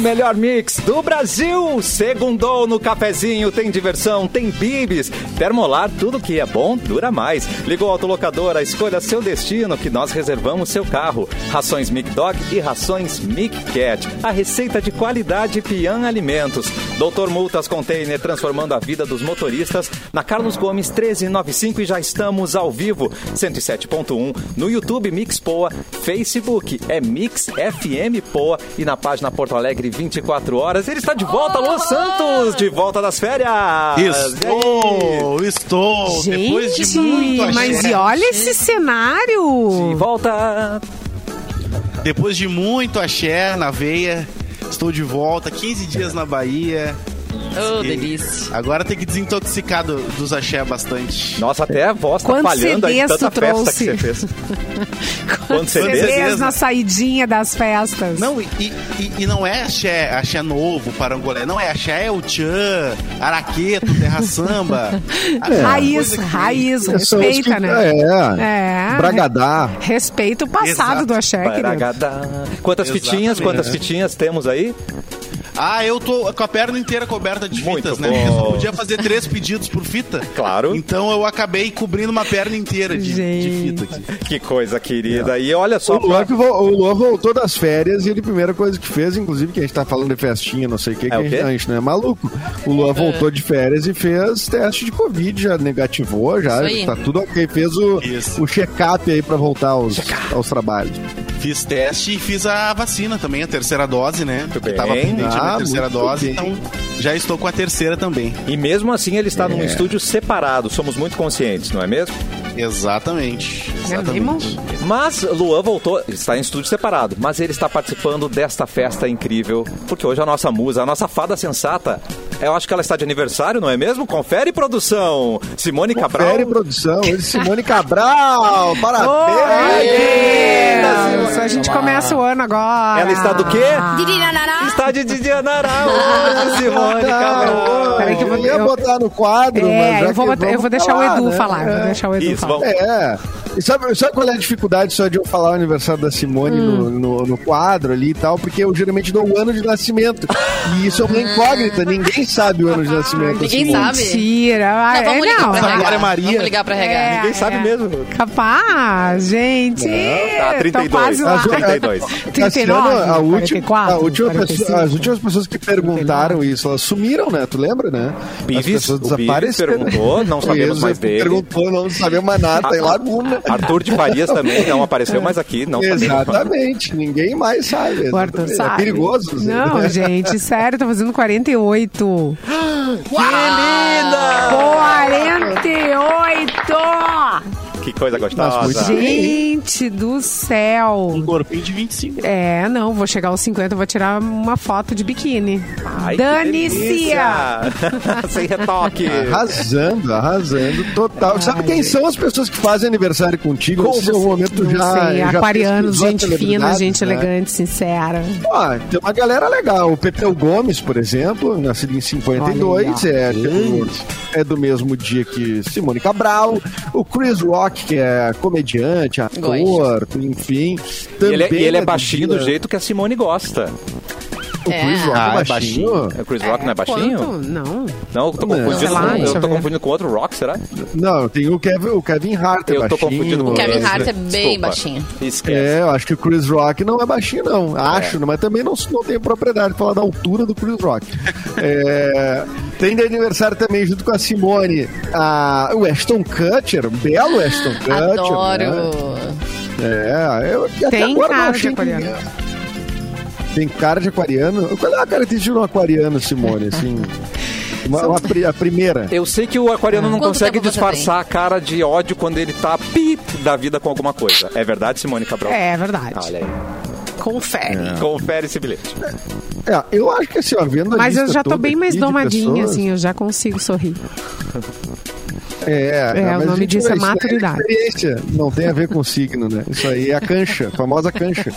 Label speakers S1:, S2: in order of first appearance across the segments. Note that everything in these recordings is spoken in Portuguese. S1: melhor mix do Brasil. Segundou no cafezinho, tem diversão, tem bibis. Termolar, tudo que é bom dura mais. Ligou a autolocadora, escolha seu destino que nós reservamos seu carro. Rações Mic Dog e rações Mic Cat. A receita de qualidade Pian Alimentos. Doutor Multas Container transformando a vida dos motoristas na Carlos Gomes 1395 e já estamos ao vivo 107.1 no YouTube Mix Poa, Facebook é Mix FM Poa e na página Porto Alegre 24 horas. Ele está de volta, Luan Santos, de volta das férias. Ah, E aí?
S2: Estou, Oh, estou. Depois de muito axé,
S3: mas e olha esse
S1: De
S3: cenário.
S1: volta.
S2: depois de muito axé na veia, estou de volta, 15 dias na Bahia.
S4: Oh,
S2: E
S4: delícia.
S2: Agora tem que desintoxicar do- dos axé bastante.
S1: Nossa, até a voz tá
S3: Quantos
S1: falhando aí de
S3: CDs
S1: tanta
S3: tu
S1: festa
S3: trouxe?
S1: que você fez. Quantos
S3: Você
S1: CDs?
S3: vê
S2: beleza.
S3: na saidinha das festas.
S5: É.
S2: Não, e, e- e- e não é axé, axé novo, parangolé. Não é axé, é o tchan, araqueto, terra samba.
S3: Raiz,
S2: Coisa que-
S3: raiz,
S5: Pessoas
S3: respeita,
S5: que-
S3: né?
S5: É.
S3: É.
S5: Bragadá.
S3: Respeita o passado
S2: Exato.
S3: do axé, É, querido.
S1: Paragadá. Quantas
S2: Exatamente.
S1: fitinhas, quantas fitinhas temos aí?
S2: Ah, eu tô com a perna inteira coberta de
S1: Muito
S2: fitas, né?
S1: bom.
S2: Porque eu só podia fazer três pedidos por fita.
S1: Claro.
S2: Então eu acabei cobrindo uma perna inteira de, de
S3: Gente.
S2: fita aqui.
S1: Que coisa querida. E olha
S5: O
S1: só,
S5: Luan, que vo- o Luan voltou das férias e ele, a primeira coisa que fez, inclusive, que a gente tá falando de festinha, não sei o que, que
S1: o
S5: a, gente,
S1: quê?
S5: a gente não é maluco. O
S3: É.
S5: Luan voltou de férias e fez teste de Covid, já negativou, já
S4: Isso aí.
S5: tá tudo ok. Fez o,
S2: Isso.
S5: o check-up aí pra voltar aos, aos trabalhos.
S2: Fiz teste e fiz a vacina também, a terceira dose, né? Porque
S1: bem.
S2: tava pendente a minha
S5: Ah,
S2: terceira
S5: muito
S2: dose,
S5: bem.
S2: então já estou com a terceira também.
S1: E mesmo assim ele está num estúdio separado, somos muito conscientes, não é mesmo?
S2: Exatamente.
S3: mesmo?
S2: Exatamente.
S1: Mas Luan voltou, está em estúdio separado, mas ele está participando desta festa incrível, porque hoje a nossa musa, a nossa fada sensata, eu acho que ela está de aniversário, não é mesmo? Confere, produção! Simone Cabral.
S5: Férias produção, ele Simone Cabral, parabéns!
S3: Deus, a gente começa o ano agora.
S1: Ela está do quê?
S3: Ah.
S4: Dirirarará.
S1: Está de Didi Anará, hoje, Simone Cabral.
S3: Peraí que eu
S5: eu
S3: vou-
S5: ia
S3: eu-
S5: botar no quadro, mas
S3: É,
S5: já
S3: eu vou,
S5: que
S3: botar- eu
S5: vamos
S3: vou deixar o Edu
S5: né?
S3: falar. Vou deixar o Edu
S1: Isso,
S3: falar.
S1: vamos.
S5: É. E sabe, sabe qual é a dificuldade só de eu falar o aniversário da Simone no,
S3: Hum.
S5: no, no quadro ali e tal? Porque eu geralmente dou o ano de nascimento. E isso é uma
S3: Hum.
S5: incógnita, ninguém sabe o ano de nascimento. da
S4: Ninguém
S5: Simone.
S4: sabe.
S3: Mentira. Ah,
S4: Não,
S3: é,
S4: vamos né? ligar
S3: não.
S4: pra
S2: Glória
S4: regar.
S2: Maria.
S4: Vamos ligar pra regar.
S3: É,
S1: Ninguém sabe
S3: é.
S1: mesmo.
S3: Capaz, gente.
S1: Tá,
S3: Tô quase
S1: 32.
S3: lá.
S1: Tá,
S5: é
S1: 32.
S5: Cassiano,
S3: 39,
S5: a última,
S3: 44,
S5: a última pessoa-
S3: 45.
S5: as últimas pessoas que perguntaram isso, elas sumiram, né? Tu lembra, né? as
S1: Bivis,
S5: pessoas
S1: o Bivis perguntou, não sabemos
S5: Isso,
S1: mais dele.
S5: Perguntou, não sabemos mais nada, tá tem lá no mundo.
S1: Arthur de Farias também não apareceu mais aqui, não tá sabemos.
S5: Exatamente, ninguém mais sabe.
S3: O Arthur
S5: é
S3: sabe.
S5: perigoso. assim.
S3: Não, gente, sério, tô fazendo 48.
S1: Menina!
S3: 48!
S1: Que coisa
S5: Nossa, muito
S1: gostosa.
S5: chique.
S3: Gente do céu!
S2: Um corpinho de 25.
S3: É, não, vou chegar aos 50, vou tirar uma foto de biquíni.
S1: Ai, que
S3: Dane-se!
S1: delícia! Sem retoque.
S5: Ah, Arrasando, arrasando, total. Sabe quem são as pessoas que fazem aniversário contigo? Esse é o momento
S3: assim? Não
S5: já.
S3: sei,
S5: já
S3: aquarianos,
S5: pesquisou
S3: gente
S5: as
S3: fina, gente
S5: celebridades, né?
S3: elegante, sincera.
S5: Ó, tem uma galera legal. O Pepeu Gomes, por exemplo, nascido em 52,
S3: Olha
S5: é, é do mesmo dia que Simone Cabral. O Chris Rock, que é comediante, ator, enfim.
S1: E ele, é- e
S5: também né,
S1: ele é
S5: do
S1: baixinho
S5: dia-
S1: do jeito que a Simone gosta.
S5: O Chris Rock
S2: Ah,
S5: é
S2: é
S5: baixinho?
S1: O Chris Rock não é baixinho?
S3: Quanto? Não.
S1: Não, eu tô
S5: Não.
S1: confundindo,
S5: Sei
S3: lá,
S1: com,
S3: deixa
S1: eu tô
S3: eu ver.
S1: confundindo com outro rock, será?
S5: Não, tem o Kevin, o Kevin Hart
S1: eu
S5: é
S1: tô
S5: baixinho.
S1: confundindo com
S4: O Kevin
S1: outro.
S4: Hart é bem
S1: Desculpa.
S4: baixinho.
S1: Esquece.
S5: É, eu acho que o Chris Rock não é baixinho, não. Acho, mas também não, não tenho propriedade de falar da altura do Chris Rock. É, tem de aniversário também, junto com a Simone, a, o Ashton Kutcher, um belo Ashton
S3: É.
S5: Kutcher. né?
S4: Adoro.
S5: É, eu até
S3: Tem
S5: agora não
S3: cara de
S5: achei
S3: aquariano.
S5: que- Tem cara de aquariano? Qual é a característica de um aquariano, Simone, assim? Uma- uma pri- a primeira.
S1: Eu sei que o aquariano não
S4: Quanto
S1: consegue
S4: tempo você
S1: disfarçar a cara de ódio quando ele tá pip da vida com alguma coisa. É verdade, Simone Cabral?
S3: É, é verdade.
S1: Olha aí.
S3: Confere.
S1: Confere esse bilhete.
S5: É, eu acho que assim, ó, vendo a
S3: Mas eu
S5: lista
S3: já tô
S5: toda
S3: bem mais assim,
S5: aqui de
S3: domadinha,
S5: pessoas-
S3: assim, eu já consigo sorrir.
S5: É,
S3: É,
S5: não,
S3: o
S5: mas
S3: nome
S5: gente,
S3: disso é
S5: isso aí
S3: maturidade.
S5: experiência, não tem a ver com signo, né? Isso aí é a cancha, a famosa cancha.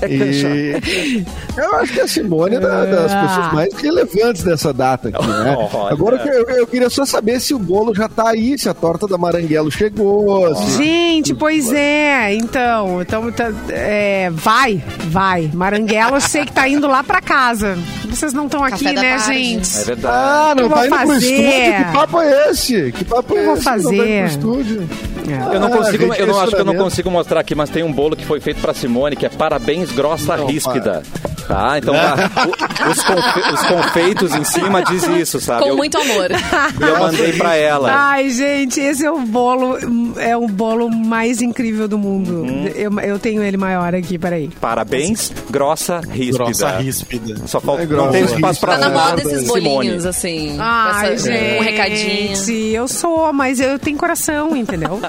S3: É
S5: E eu acho que a Simone é da- das
S3: Ah.
S5: pessoas mais relevantes dessa data aqui, né?
S1: Olha.
S5: Agora eu, eu- eu queria só saber se o bolo já tá aí, se a torta da Maranguelo chegou, se...
S3: Gente, pois é. Então, então tá- é, vai, vai. Maranguela, eu sei que tá indo lá pra casa. Vocês não estão aqui,
S4: Café da
S3: né,
S4: tarde.
S1: É
S3: gente?
S1: verdade.
S5: Ah, não
S3: Eu
S5: tá
S3: vou
S5: indo pro
S3: fazer.
S5: estúdio? Que papo é esse? Que papo é
S3: Eu vou
S5: esse? que não tá indo
S3: fazer.
S5: pro estúdio?
S3: É.
S1: Eu não
S5: Ah,
S1: consigo,
S5: gente,
S1: eu não acho que eu não
S5: questionamento.
S1: consigo mostrar aqui, mas tem um bolo que foi feito pra Simone, que é parabéns grossa
S5: Não, Né?
S1: ríspida. Tá, então ah, o- os, confe- os confeitos em cima diz isso, sabe?
S4: Com
S1: Eu,
S4: muito Ah. amor.
S5: Tá
S1: e eu mandei pra ela.
S3: Ai, gente, esse é o bolo, é o bolo mais incrível do mundo.
S5: Uhum.
S3: Eu, eu tenho ele maior aqui, peraí.
S1: Parabéns grossa ríspida.
S2: Grossa ríspida.
S1: Só falta
S5: É
S1: não tem
S5: grossa,
S1: espaço
S4: Tá
S1: pra
S4: na
S5: ríspida.
S4: moda
S1: nada,
S4: esses bolinhos, assim.
S3: Ai,
S4: essa-
S3: gente.
S4: Um recadinho.
S3: Eu sou, mas eu tenho coração, entendeu?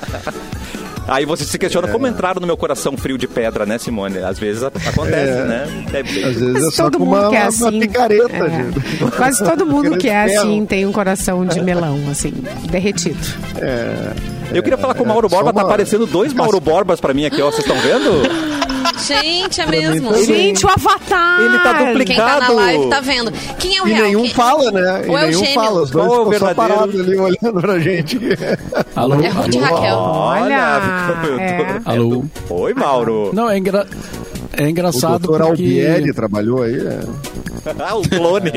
S1: Aí você se questiona
S5: É.
S1: como entraram no meu coração frio de pedra, né, Simone? Às vezes a- acontece,
S5: É.
S1: né? É bem-
S5: Às vezes é
S3: Quase
S5: só
S3: todo
S5: com
S3: mundo
S5: uma,
S3: que é
S5: uma
S3: assim.
S5: picareta,
S3: É.
S5: gente.
S3: Quase todo mundo que é
S5: Picareta de ferro.
S3: assim tem um coração de melão, assim, derretido.
S1: Eu queria falar com o Mauro
S5: é. só
S1: Borba, tá
S5: uma-
S1: aparecendo dois Mauro Borbas pra mim aqui, ó, vocês estão vendo?
S4: Gente, é mesmo.
S5: também. Sim.
S3: Gente, o Avatar!
S1: Ele tá duplicado.
S4: Quem tá na live tá vendo. Quem é o
S5: E
S4: real?
S5: nenhum
S4: Quem-
S5: fala, né? E
S4: Ou é o
S5: nenhum
S4: gêmeo?
S5: fala. Os dois
S1: Qual é o
S5: ficam só
S1: verdadeiro?
S5: parados ali olhando pra gente.
S6: Alô?
S4: É Ruth e
S6: Alô?
S4: Raquel.
S3: Olha,
S1: ficou- eu tô-
S3: é.
S6: Alô?
S1: Oi, Mauro.
S6: Não, é, engra... é
S5: O
S6: engraçado
S5: doutor Albieri
S6: porque...
S5: trabalhou aí. é.
S1: Ah, o clone.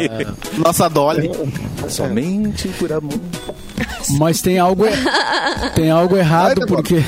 S2: Nossa Dolly.
S1: Somente por amor.
S6: Mas tem algo, tem algo errado
S5: Vai, Débora.
S6: porque...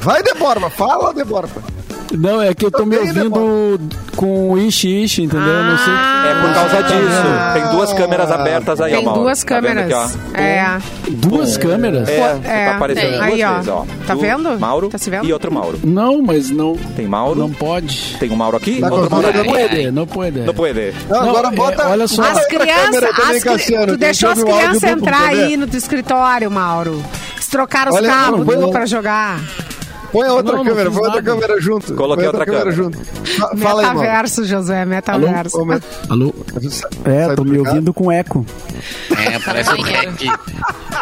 S5: Vai, Deborba, fala, Deborba.
S6: Não, é que eu tô me
S5: Também, né,
S6: ouvindo com o ishi ishi, entendeu? Eu Não sei...
S3: Ah!
S1: É por causa
S5: Tá
S1: disso. Tem duas câmeras abertas aí, ó,
S3: Tem
S1: Mauro.
S3: duas
S1: Tá vendo
S3: câmeras.
S1: aqui,
S3: é.
S6: Duas câmeras?
S1: ó? É, você tá aparecendo
S4: tem.
S1: duas
S3: Aí, ó.
S1: vezes, ó.
S3: Tá
S1: Tu,
S3: vendo?
S1: Mauro
S3: Tá se vendo?
S1: e outro Mauro.
S6: Não, mas não,
S1: Tem Mauro,
S6: não pode.
S1: tem um Mauro aqui,
S5: Tá
S1: outro
S5: com
S1: Mauro
S5: dúvida?
S1: aqui.
S6: Não pode, não pode. é.
S1: Não pode.
S5: Não,
S6: Não,
S5: agora
S6: é,
S5: bota.
S6: olha só.
S5: bota
S3: As
S5: outra
S3: crianças.
S5: câmera também,
S3: as cri-
S5: Cassiano,
S3: Tu
S5: que
S3: deixou
S5: a
S3: as
S5: gente ouve o áudio
S3: crianças
S5: duplo,
S3: entrar
S5: né?
S3: aí no teu escritório, Mauro. Eles trocaram os
S5: Olha,
S3: cabos
S5: não, vou-
S3: deu pra jogar.
S5: Põe a outra
S6: Não, não
S5: câmera,
S6: fiz
S5: põe outra
S6: nada.
S5: câmera junto.
S1: Coloquei
S5: Põe outra
S1: outra câmera.
S5: junto. Fa- Fala aí, mano.
S3: metaverso, José, metaverso.
S6: Alô? É, tô me ouvindo com eco.
S2: É, parece
S4: um
S2: rec.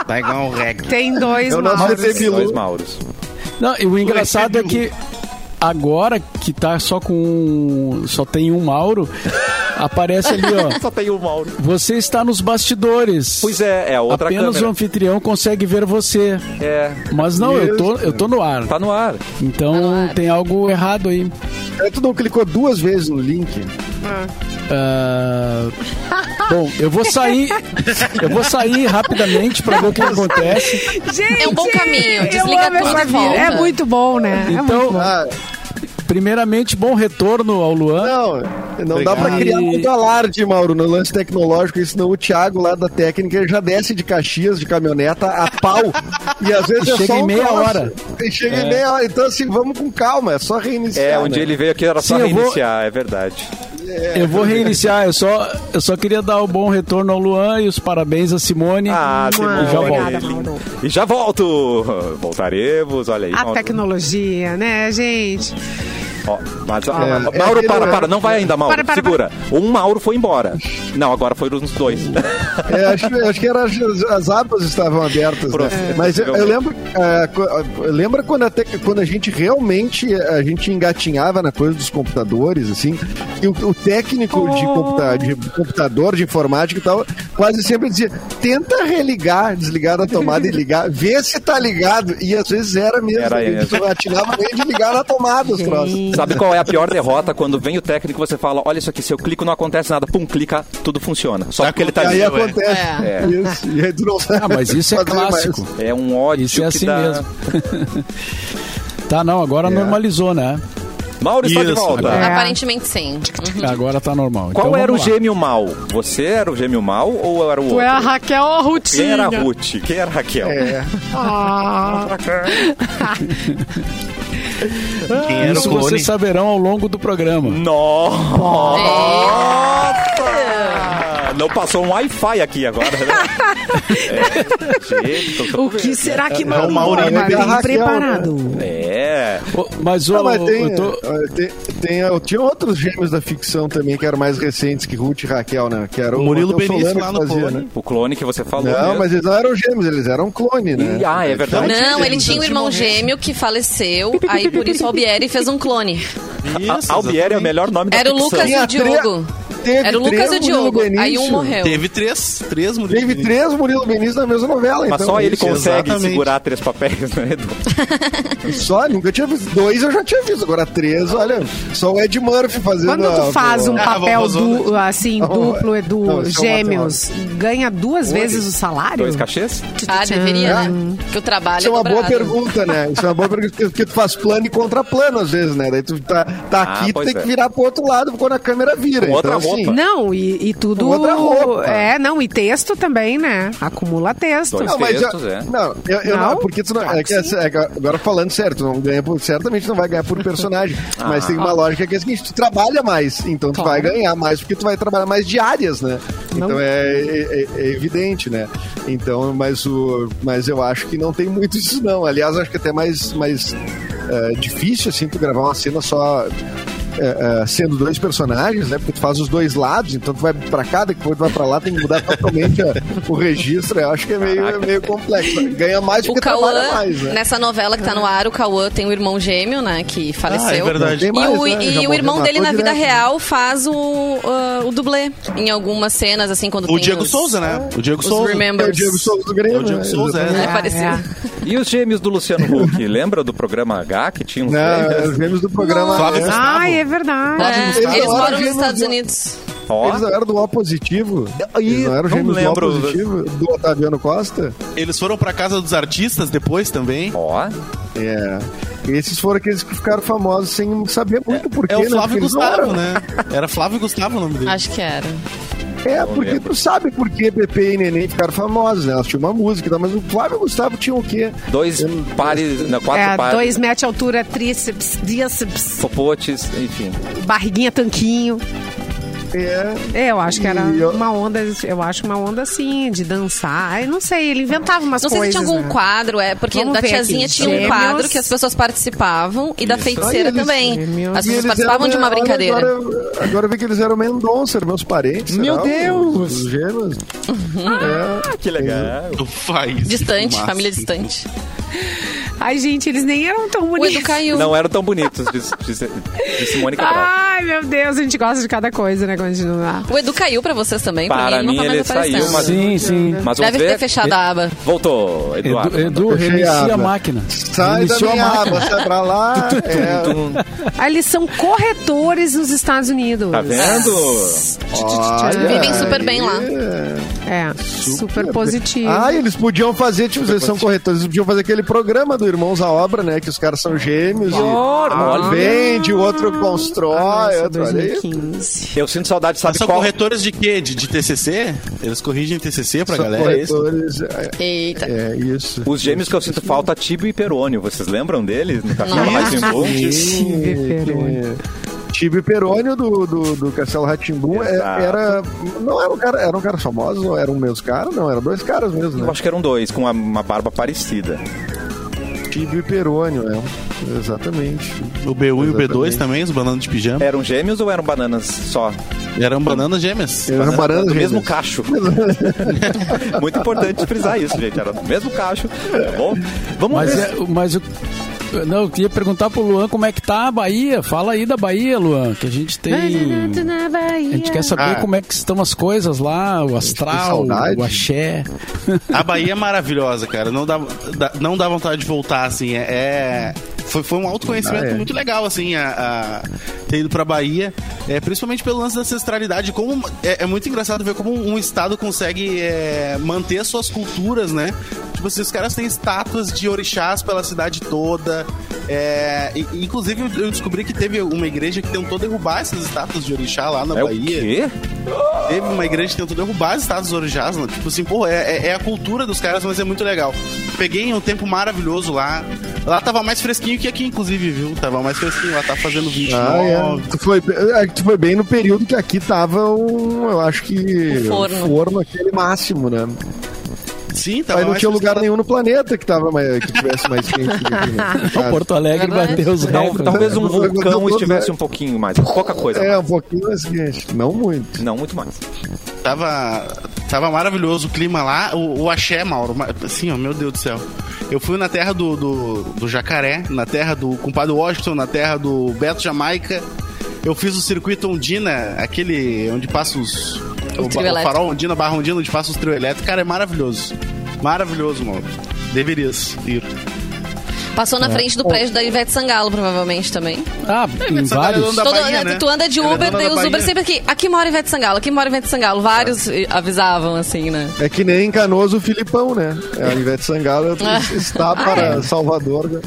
S2: Tá igual um rec.
S3: Tem dois
S5: Eu não
S6: Ah,
S3: Mauros.
S5: sei se-
S1: Dois Mauros.
S6: Não, e o engraçado é que agora que tá só com um- só tem um Mauro, aparece ali, ó.
S1: Só tem um Mauro.
S6: Você está nos bastidores.
S1: Pois é, é a outra
S6: Apenas um.
S1: câmera.
S6: o anfitrião consegue ver você.
S1: É,
S6: Mas não, eu tô, eu tô no ar.
S1: tá no ar.
S3: Tá
S6: Então tem algo errado aí.
S5: É, tu não clicou duas vezes no link.
S6: Ah, bom, eu vou sair. Eu vou sair rapidamente pra ver o que acontece.
S3: Gente,
S4: É um bom caminho,
S3: eu
S4: desliga
S3: amo
S4: tudo
S3: essa
S4: e
S3: vida.
S4: volta.
S3: É muito bom, né? É muito
S6: Então,
S5: Ah,
S6: primeiramente, bom retorno ao Luan.
S5: não, não dá pra
S6: Obrigado.
S5: criar muito alarde, Mauro, no lance tecnológico, e senão o Thiago lá da técnica ele já desce de Caxias de caminhoneta a pau. e às vezes
S6: E
S5: é
S6: chega
S5: só
S6: em
S5: um
S6: meia
S5: troço.
S6: hora. É.
S5: E chega em meia hora. Então, assim, vamos com calma, é só reiniciar.
S1: É,
S5: né?
S1: onde ele veio aqui era só
S6: Sim, eu vou-
S1: reiniciar, é verdade. É,
S6: Eu vou reiniciar, eu só, eu só queria dar o bom retorno ao Luan e os parabéns a Simone.
S1: Ah, Simone.
S6: já volto.
S1: olha, lindo. E já volto. Voltaremos, olha aí.
S3: A
S1: Mauro.
S3: tecnologia, né, gente?
S1: Ó, mas, ó,
S5: É,
S1: Mauro,
S5: é
S1: Mauro,
S5: aquele-
S1: para, para, não vai ainda, Mauro.
S3: Para, para,
S1: Segura. Um Mauro foi embora. Não, agora foram os dois.
S5: É, acho, que- acho que era as, as abas estavam abertas, né?
S1: Prof-
S5: Mas eu, eu
S1: possivelmente.
S5: lembro, é, co- lembra quando até que- quando a gente realmente a gente engatinhava na coisa dos computadores, assim, e o, o técnico de,
S3: Oh.
S5: computa- de computador, de informática e tal, quase sempre dizia: tenta religar, desligar da tomada e ligar, vê se tá ligado. E às vezes era mesmo,
S1: Era
S5: a gente
S1: mesmo.
S5: só atinava nem de ligar na tomada os troços.
S1: Sabe qual é a pior derrota? Quando vem o técnico você fala, olha isso aqui, se eu clico não acontece nada. Pum, clica, tudo funciona. Só
S2: Tá
S1: porque ele tá
S5: E aí
S1: ali.
S2: acontecendo. ué.
S5: acontece.
S1: É.
S5: Isso, e aí tu não sabe
S6: Ah, mas isso é
S5: fazer mais.
S6: clássico.
S1: É um ódio
S6: Isso é
S1: que
S6: assim
S1: dá... É.
S6: mesmo. Tá, não, agora normalizou, né?
S1: Mauro está de
S2: Isso,
S1: volta.
S3: É.
S4: Aparentemente sim. Uhum.
S6: Agora tá normal.
S1: Qual
S6: né? Então,
S1: era o
S6: vamos lá.
S1: gêmeo mal? Você era o gêmeo mal ou era o
S3: Ou
S1: outro?
S3: é a Raquel ou a Rutinha?
S1: Quem era a Ruth? Quem era a Raquel?
S5: É.
S3: Ah,
S6: É.
S5: Ah,
S2: Quem era o
S6: Isso
S2: clone?
S6: vocês
S1: Hum.
S6: saberão ao longo do programa.
S1: Nossa! Não passou um Wi-Fi aqui agora, né? É, gente, tô-
S3: O que será
S5: É,
S3: que mandou?
S2: uma orelha
S3: Mas
S5: da
S3: bem
S5: Raquel, né?
S3: preparado.
S1: É.
S6: Ô, Mas, ô,
S5: Não, mas tem,
S6: eu tô-
S5: eh, tem, tem- eu tinha outros gêmeos da ficção também que eram mais recentes que Ruth e Raquel, né? Que era
S2: O
S5: o,
S2: Murilo
S5: Matheus
S2: Benício lá
S5: Solano que
S2: no
S5: fazia,
S2: Clone.
S5: né?
S1: O clone que você falou.
S5: Não,
S1: mesmo.
S5: mas eles não eram gêmeos, eles eram clone, né?
S1: Ih, ah, é verdade.
S4: Não, ele tinha um irmão gêmeo que faleceu, aí por isso o Albieri fez um clone.
S5: Ah,
S1: A- Albieri é o melhor nome da
S4: Era o
S1: ficção.
S4: Lucas e o Diogo.
S5: teve
S4: Era o Lucas
S5: três
S4: e o Diogo.
S5: Murilo
S4: Aí um
S5: Benício.
S4: morreu.
S2: Teve três, três Murilo
S5: Teve três Murilo Benício na mesma novela,
S1: Mas
S5: então.
S1: só ele
S5: Isso,
S1: consegue
S2: exatamente.
S1: segurar três papéis, né, Edu?
S5: Só, nunca tinha visto. Dois eu já tinha visto, agora três, olha, só o Ed Murphy fazendo...
S3: Quando
S5: a-
S3: tu faz um
S2: Ah,
S3: papel
S2: vamos outra.
S3: du- assim,
S5: Não,
S3: duplo, Edu,
S5: não, isso é uma
S3: gêmeos, ganha duas vezes o salário?
S1: Dois cachês?
S4: Ah, deveria, né? Porque o trabalho
S5: Isso é uma boa
S4: dobrado.
S5: pergunta, né? Isso é uma boa pergunta, porque- porque tu faz plano e contra plano às vezes, né? Daí tu tá, tá
S1: Ah,
S5: aqui, tu
S1: pois
S5: tem
S1: é.
S5: que virar pro outro lado quando a câmera vira.
S1: Com outra
S5: então, assim,
S1: roupa.
S3: Não, e, e tudo.
S5: Outra roupa.
S3: É, não, e texto também, né? Acumula texto.
S1: Dois.
S5: Não, mas
S1: textos,
S5: eu,
S1: é.
S5: não, eu, eu não,
S3: Não?
S5: porque tu não, é que
S3: Claro que
S5: essa- é que agora falando certo, tu não ganha por, certamente não vai ganhar por personagem, mas tem uma lógica que é a seguinte, tu trabalha mais, então tu
S3: Ah. Claro.
S5: vai ganhar mais porque tu vai trabalhar mais diárias, né? Então é, é- é evidente, né? Então, mas o, mas eu acho que não tem muito isso não. Aliás, acho que até mais mais é, difícil assim tu gravar uma cena só é, é, sendo dois personagens, né? Porque tu faz os dois lados, então tu vai pra cá, depois tu vai pra lá, tem que mudar totalmente a- o registro. Eu acho que é meio, é meio complexo. Ganha mais
S4: O
S5: porque trabalha
S4: Cauã,
S5: mais, né?
S4: nessa novela que tá no ar, o Cauã tem um irmão gêmeo, né, que faleceu.
S2: Ah, é verdade.
S5: Tem
S4: E
S5: mais,
S4: o,
S5: né? Já
S4: e o
S5: morreu, né?
S4: irmão dele na
S5: matou
S4: vida
S5: direto.
S4: real faz o, ah, o dublê em algumas cenas, assim, quando
S2: O
S4: tem
S2: Diego
S4: os-
S2: Souza, né? O Diego
S4: os
S2: Souza.
S5: É o
S4: Remembers.
S5: Diego Souza do Grêmio.
S2: É o Diego
S5: né?
S2: Souza, é.
S4: É,
S3: É,
S4: parecido.
S3: é.
S1: E os gêmeos do Luciano Huck? Lembra do programa H que tinha um uns
S5: Não, é
S1: gêmeos?
S5: os gêmeos do programa.
S2: Flávio
S5: é.
S2: Gustavo.
S3: Ai, é verdade.
S4: É,
S5: Eles não
S4: eles moram
S5: eram
S4: nos
S5: gêmeos,
S4: Estados
S5: não.
S4: Unidos.
S1: Ó,
S5: Eles não eram do O positivo?
S1: Ih,
S5: Eles não eram
S1: não
S5: gêmeos do O
S1: lembro.
S5: positivo? Do Otaviano Costa?
S2: Eles foram pra casa dos artistas depois também.
S1: ó.
S5: É. Esses foram aqueles que ficaram famosos sem saber muito porquê.
S2: É o
S5: né?
S2: Flávio
S5: Porque eles não
S2: Gustavo,
S5: eram-
S2: né? Era Flávio Gustavo o nome dele.
S4: Acho que era.
S5: É, porque
S1: lembro.
S5: tu sabe por que Pepe e Neném ficaram famosos, né? Elas tinham uma música, e tal, mas o Flávio e o Gustavo tinham o quê?
S1: Dois
S5: Eu-
S1: pares, não, quatro
S3: É,
S1: pares.
S3: dois mete altura, tríceps, díceps,
S1: Popotes, enfim.
S3: barriguinha, tanquinho.
S5: É,
S3: É, eu acho que era
S5: E eu-
S3: uma onda, eu acho uma onda assim, de dançar. Eu não sei, ele inventava umas
S4: Não sei
S3: coisas.
S4: se tinha algum
S3: né?
S4: quadro, é, porque
S3: Vamos
S4: da
S3: ver aqui.
S4: tiazinha tinha um
S3: Gêmeos.
S4: quadro que as pessoas participavam e da feiticeira
S5: Olha, eles-
S4: também.
S3: Gêmeos.
S4: As
S5: E eles
S4: pessoas participavam
S5: eram-
S4: de uma
S5: olha,
S4: brincadeira.
S5: Agora, agora eu vi que eles eram Mendonça, eram meus parentes.
S1: Meu
S5: será?
S1: Deus!
S5: Os, os gêmeos.
S4: Uhum.
S5: É.
S1: Ah, que legal.
S2: Tu
S5: um
S2: faz.
S4: Distante,
S2: Massa.
S4: família distante.
S3: Ai, gente, eles nem eram tão
S4: O Edu
S3: bonitos.
S4: caiu.
S1: Não eram tão bonitos, disse, disse, disse Mônica Braga.
S4: Ah,
S3: Ai, meu Deus, a gente gosta de cada coisa, né? Continuar.
S4: O Edu caiu pra vocês também?
S1: Para
S4: não
S1: mim,
S4: tá mais
S1: ele
S4: aparecendo.
S1: saiu, mas-
S6: Sim, sim.
S5: né?
S1: Mas vamos
S4: Deve ter
S1: ver.
S4: fechado a aba.
S1: Voltou, Eduardo.
S6: Edu, Edu
S5: Fechei a aba.
S6: reinicia a máquina.
S5: Sai da
S6: Reiniciou a
S5: minha
S6: máquina.
S5: aba, sai pra lá. é,
S3: Aí eles são corretores nos Estados Unidos.
S1: Tá vendo?
S5: olha,
S4: Vivem super bem
S5: aí,
S4: lá.
S3: É, super positivo.
S5: Ah, eles podiam fazer, tipo, eles são corretores, eles podiam fazer aquele programa do Irmãos à Obra, né? Que os caras são gêmeos e
S1: Olha.
S5: um vende, o outro
S3: Nossa,
S5: constrói, outro olha aí.
S3: 2015.
S1: Eu sinto saudade,
S2: Mas
S1: sabe
S2: são
S1: qual?
S2: corretores de quê? De, de TCC? Eles corrigem TCC pra
S5: São
S2: galera? é isso?
S5: corretores, é,
S4: Eita.
S5: é isso.
S1: Os gêmeos que eu sinto falta, Tibio e Perônio. Vocês lembram deles? No Café
S4: Nossa.
S1: Rá-Tim-Bum?
S3: Tive Perônio.
S5: Tibe Perônio do, do, do Castelo Ratimbum
S1: Exato.
S5: era. Não era um cara, era um cara famoso, não eram meus caras, não, eram dois caras mesmo,
S1: Eu
S5: né?
S1: acho que eram dois, com uma, uma barba parecida.
S5: Tibe Perônio, é. Exatamente.
S2: O B1 e o B2
S5: Exatamente.
S2: também, os bananas de pijama.
S1: Eram gêmeos ou eram bananas só?
S2: Eram bananas gêmeas.
S5: Eram bananas
S1: do mesmo
S5: gêmeas.
S1: cacho. Muito importante frisar isso, gente. Era do mesmo cacho, tá bom? Vamos
S6: Mas,
S1: ver.
S6: é, mas o. Não, eu queria perguntar pro Luan como é que tá a Bahia. Fala aí da Bahia, Luan, que a gente tem. A gente quer saber
S2: Ah.
S6: como é que estão as coisas lá, o astral,
S5: saudade.
S6: o axé.
S2: A Bahia é maravilhosa, cara. Não dá, dá- não dá vontade de voltar, assim. É, é- foi, foi um autoconhecimento
S5: Ah, é.
S2: muito legal, assim, a, a- ter ido pra Bahia. É, principalmente pelo lance da ancestralidade. Como, é, é muito engraçado ver como um estado consegue é, manter as suas culturas, né? Tipo assim, os caras têm estátuas de orixás pela cidade toda. É, e- e, inclusive, eu- eu descobri que teve uma igreja que tentou derrubar essas estátuas de orixá lá na
S1: É o
S2: Bahia.
S1: quê?
S2: Teve uma igreja que tentou derrubar as estátuas orixás, né? tipo assim, pô, é, é- é a cultura dos caras, mas é muito legal. Peguei um tempo maravilhoso lá, Lá tava mais fresquinho que aqui, inclusive, viu? Tava mais fresquinho, lá tá fazendo 29.
S5: Ah,
S1: um
S5: é. tu, foi, é, tu foi bem no período que aqui tava um, eu acho que
S4: O forno.
S5: o aquele máximo, né?
S2: Sim,
S1: Então,
S2: tava
S5: Aí não
S2: mais
S5: tinha lugar
S2: fresquinho.
S5: nenhum no planeta que tava mais, que tivesse mais quente. do que aqui, né?
S6: O Porto Alegre
S4: Verdade.
S6: bateu os
S1: Tal-
S6: recordes.
S1: talvez um
S5: Eu- eu- eu-
S1: vulcão
S5: eu-
S1: estivesse um pouquinho mais, pouca coisa.
S5: É,
S1: mais.
S5: um pouquinho mais quente. Não muito.
S1: Não, muito mais.
S2: Tava, tava maravilhoso o clima lá. O, o axé, Mauro. ma- Assim, ó, meu Deus do céu. Eu fui na terra do, do, do jacaré, na terra do compadre Washington, na terra do Beto Jamaica. Eu fiz o circuito Ondina, aquele onde passa os.
S4: trio
S2: O, ba- o
S4: elétrico.
S2: farol Ondina, barra Ondina, onde passa os trio elétrico. Cara, é maravilhoso. Maravilhoso, Mauro. Deverias ir.
S4: Passou
S1: É.
S4: na frente do prédio da Ivete Sangalo, provavelmente também.
S6: Ah, em vários.
S2: Da Bahia, né?
S4: Tu anda de
S2: Ela é
S4: Uber,
S2: dona
S4: daí
S2: da
S4: os Uber
S2: Bahia.
S4: sempre aqui. Aqui mora Ivete Sangalo, aqui mora Ivete Sangalo. Vários eh, avisavam, assim, né?
S5: É que nem em Canoas o Filipão, né? É, A Ivete Sangalo
S4: Ah.
S5: está para Salvador. né?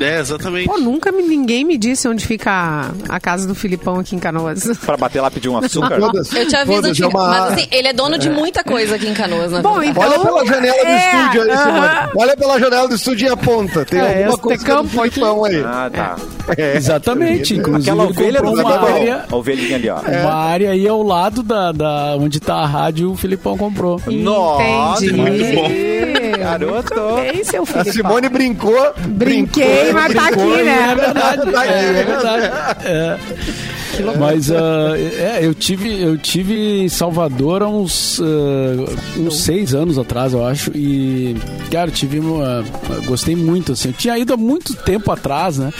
S2: É, exatamente.
S3: Pô, nunca me- ninguém me disse onde fica a, a casa do Filipão aqui em Canoas.
S1: Pra bater lá pedir um açúcar.
S5: Todas-
S4: Eu te aviso,
S5: todas, é
S4: antiga-
S5: uma-
S4: mas assim, ele é dono de muita coisa aqui em Canoas, na
S3: Bom,
S4: verdade.
S3: então-
S5: Olha pela janela do
S3: É,
S5: estúdio aí,
S3: aham.
S5: Simone. Olha pela janela do estúdio e aponta. Tem
S3: É,
S5: alguma
S3: esse
S5: coisa
S3: campo
S5: do Filipão aí.
S1: Ah, tá.
S6: Exatamente.
S5: É.
S6: Inclusive,
S1: Aquela
S6: ele
S1: ovelha do
S6: comprou uma
S1: Zagal.
S6: área,
S1: A ovelhinha ali, ó.
S6: uma área aí ao lado da, da- onde tá a rádio, o Filipão comprou.
S1: Nossa,
S3: Entendi.
S1: muito bom.
S3: Meu.
S1: Garoto.
S3: Ei, seu
S5: A
S3: Filipão.
S5: Simone brincou.
S3: Brinquei, mas tá aqui,
S6: É
S3: né?
S6: verdade,
S5: Tá aqui,
S6: é,
S5: né?
S6: verdade. É. Mas ah, é, eu tive eu tive em Salvador há uns, ah, uns seis anos atrás, eu acho, e cara, eu tive uma, ah, gostei muito assim. Eu tinha ido há muito tempo atrás, né?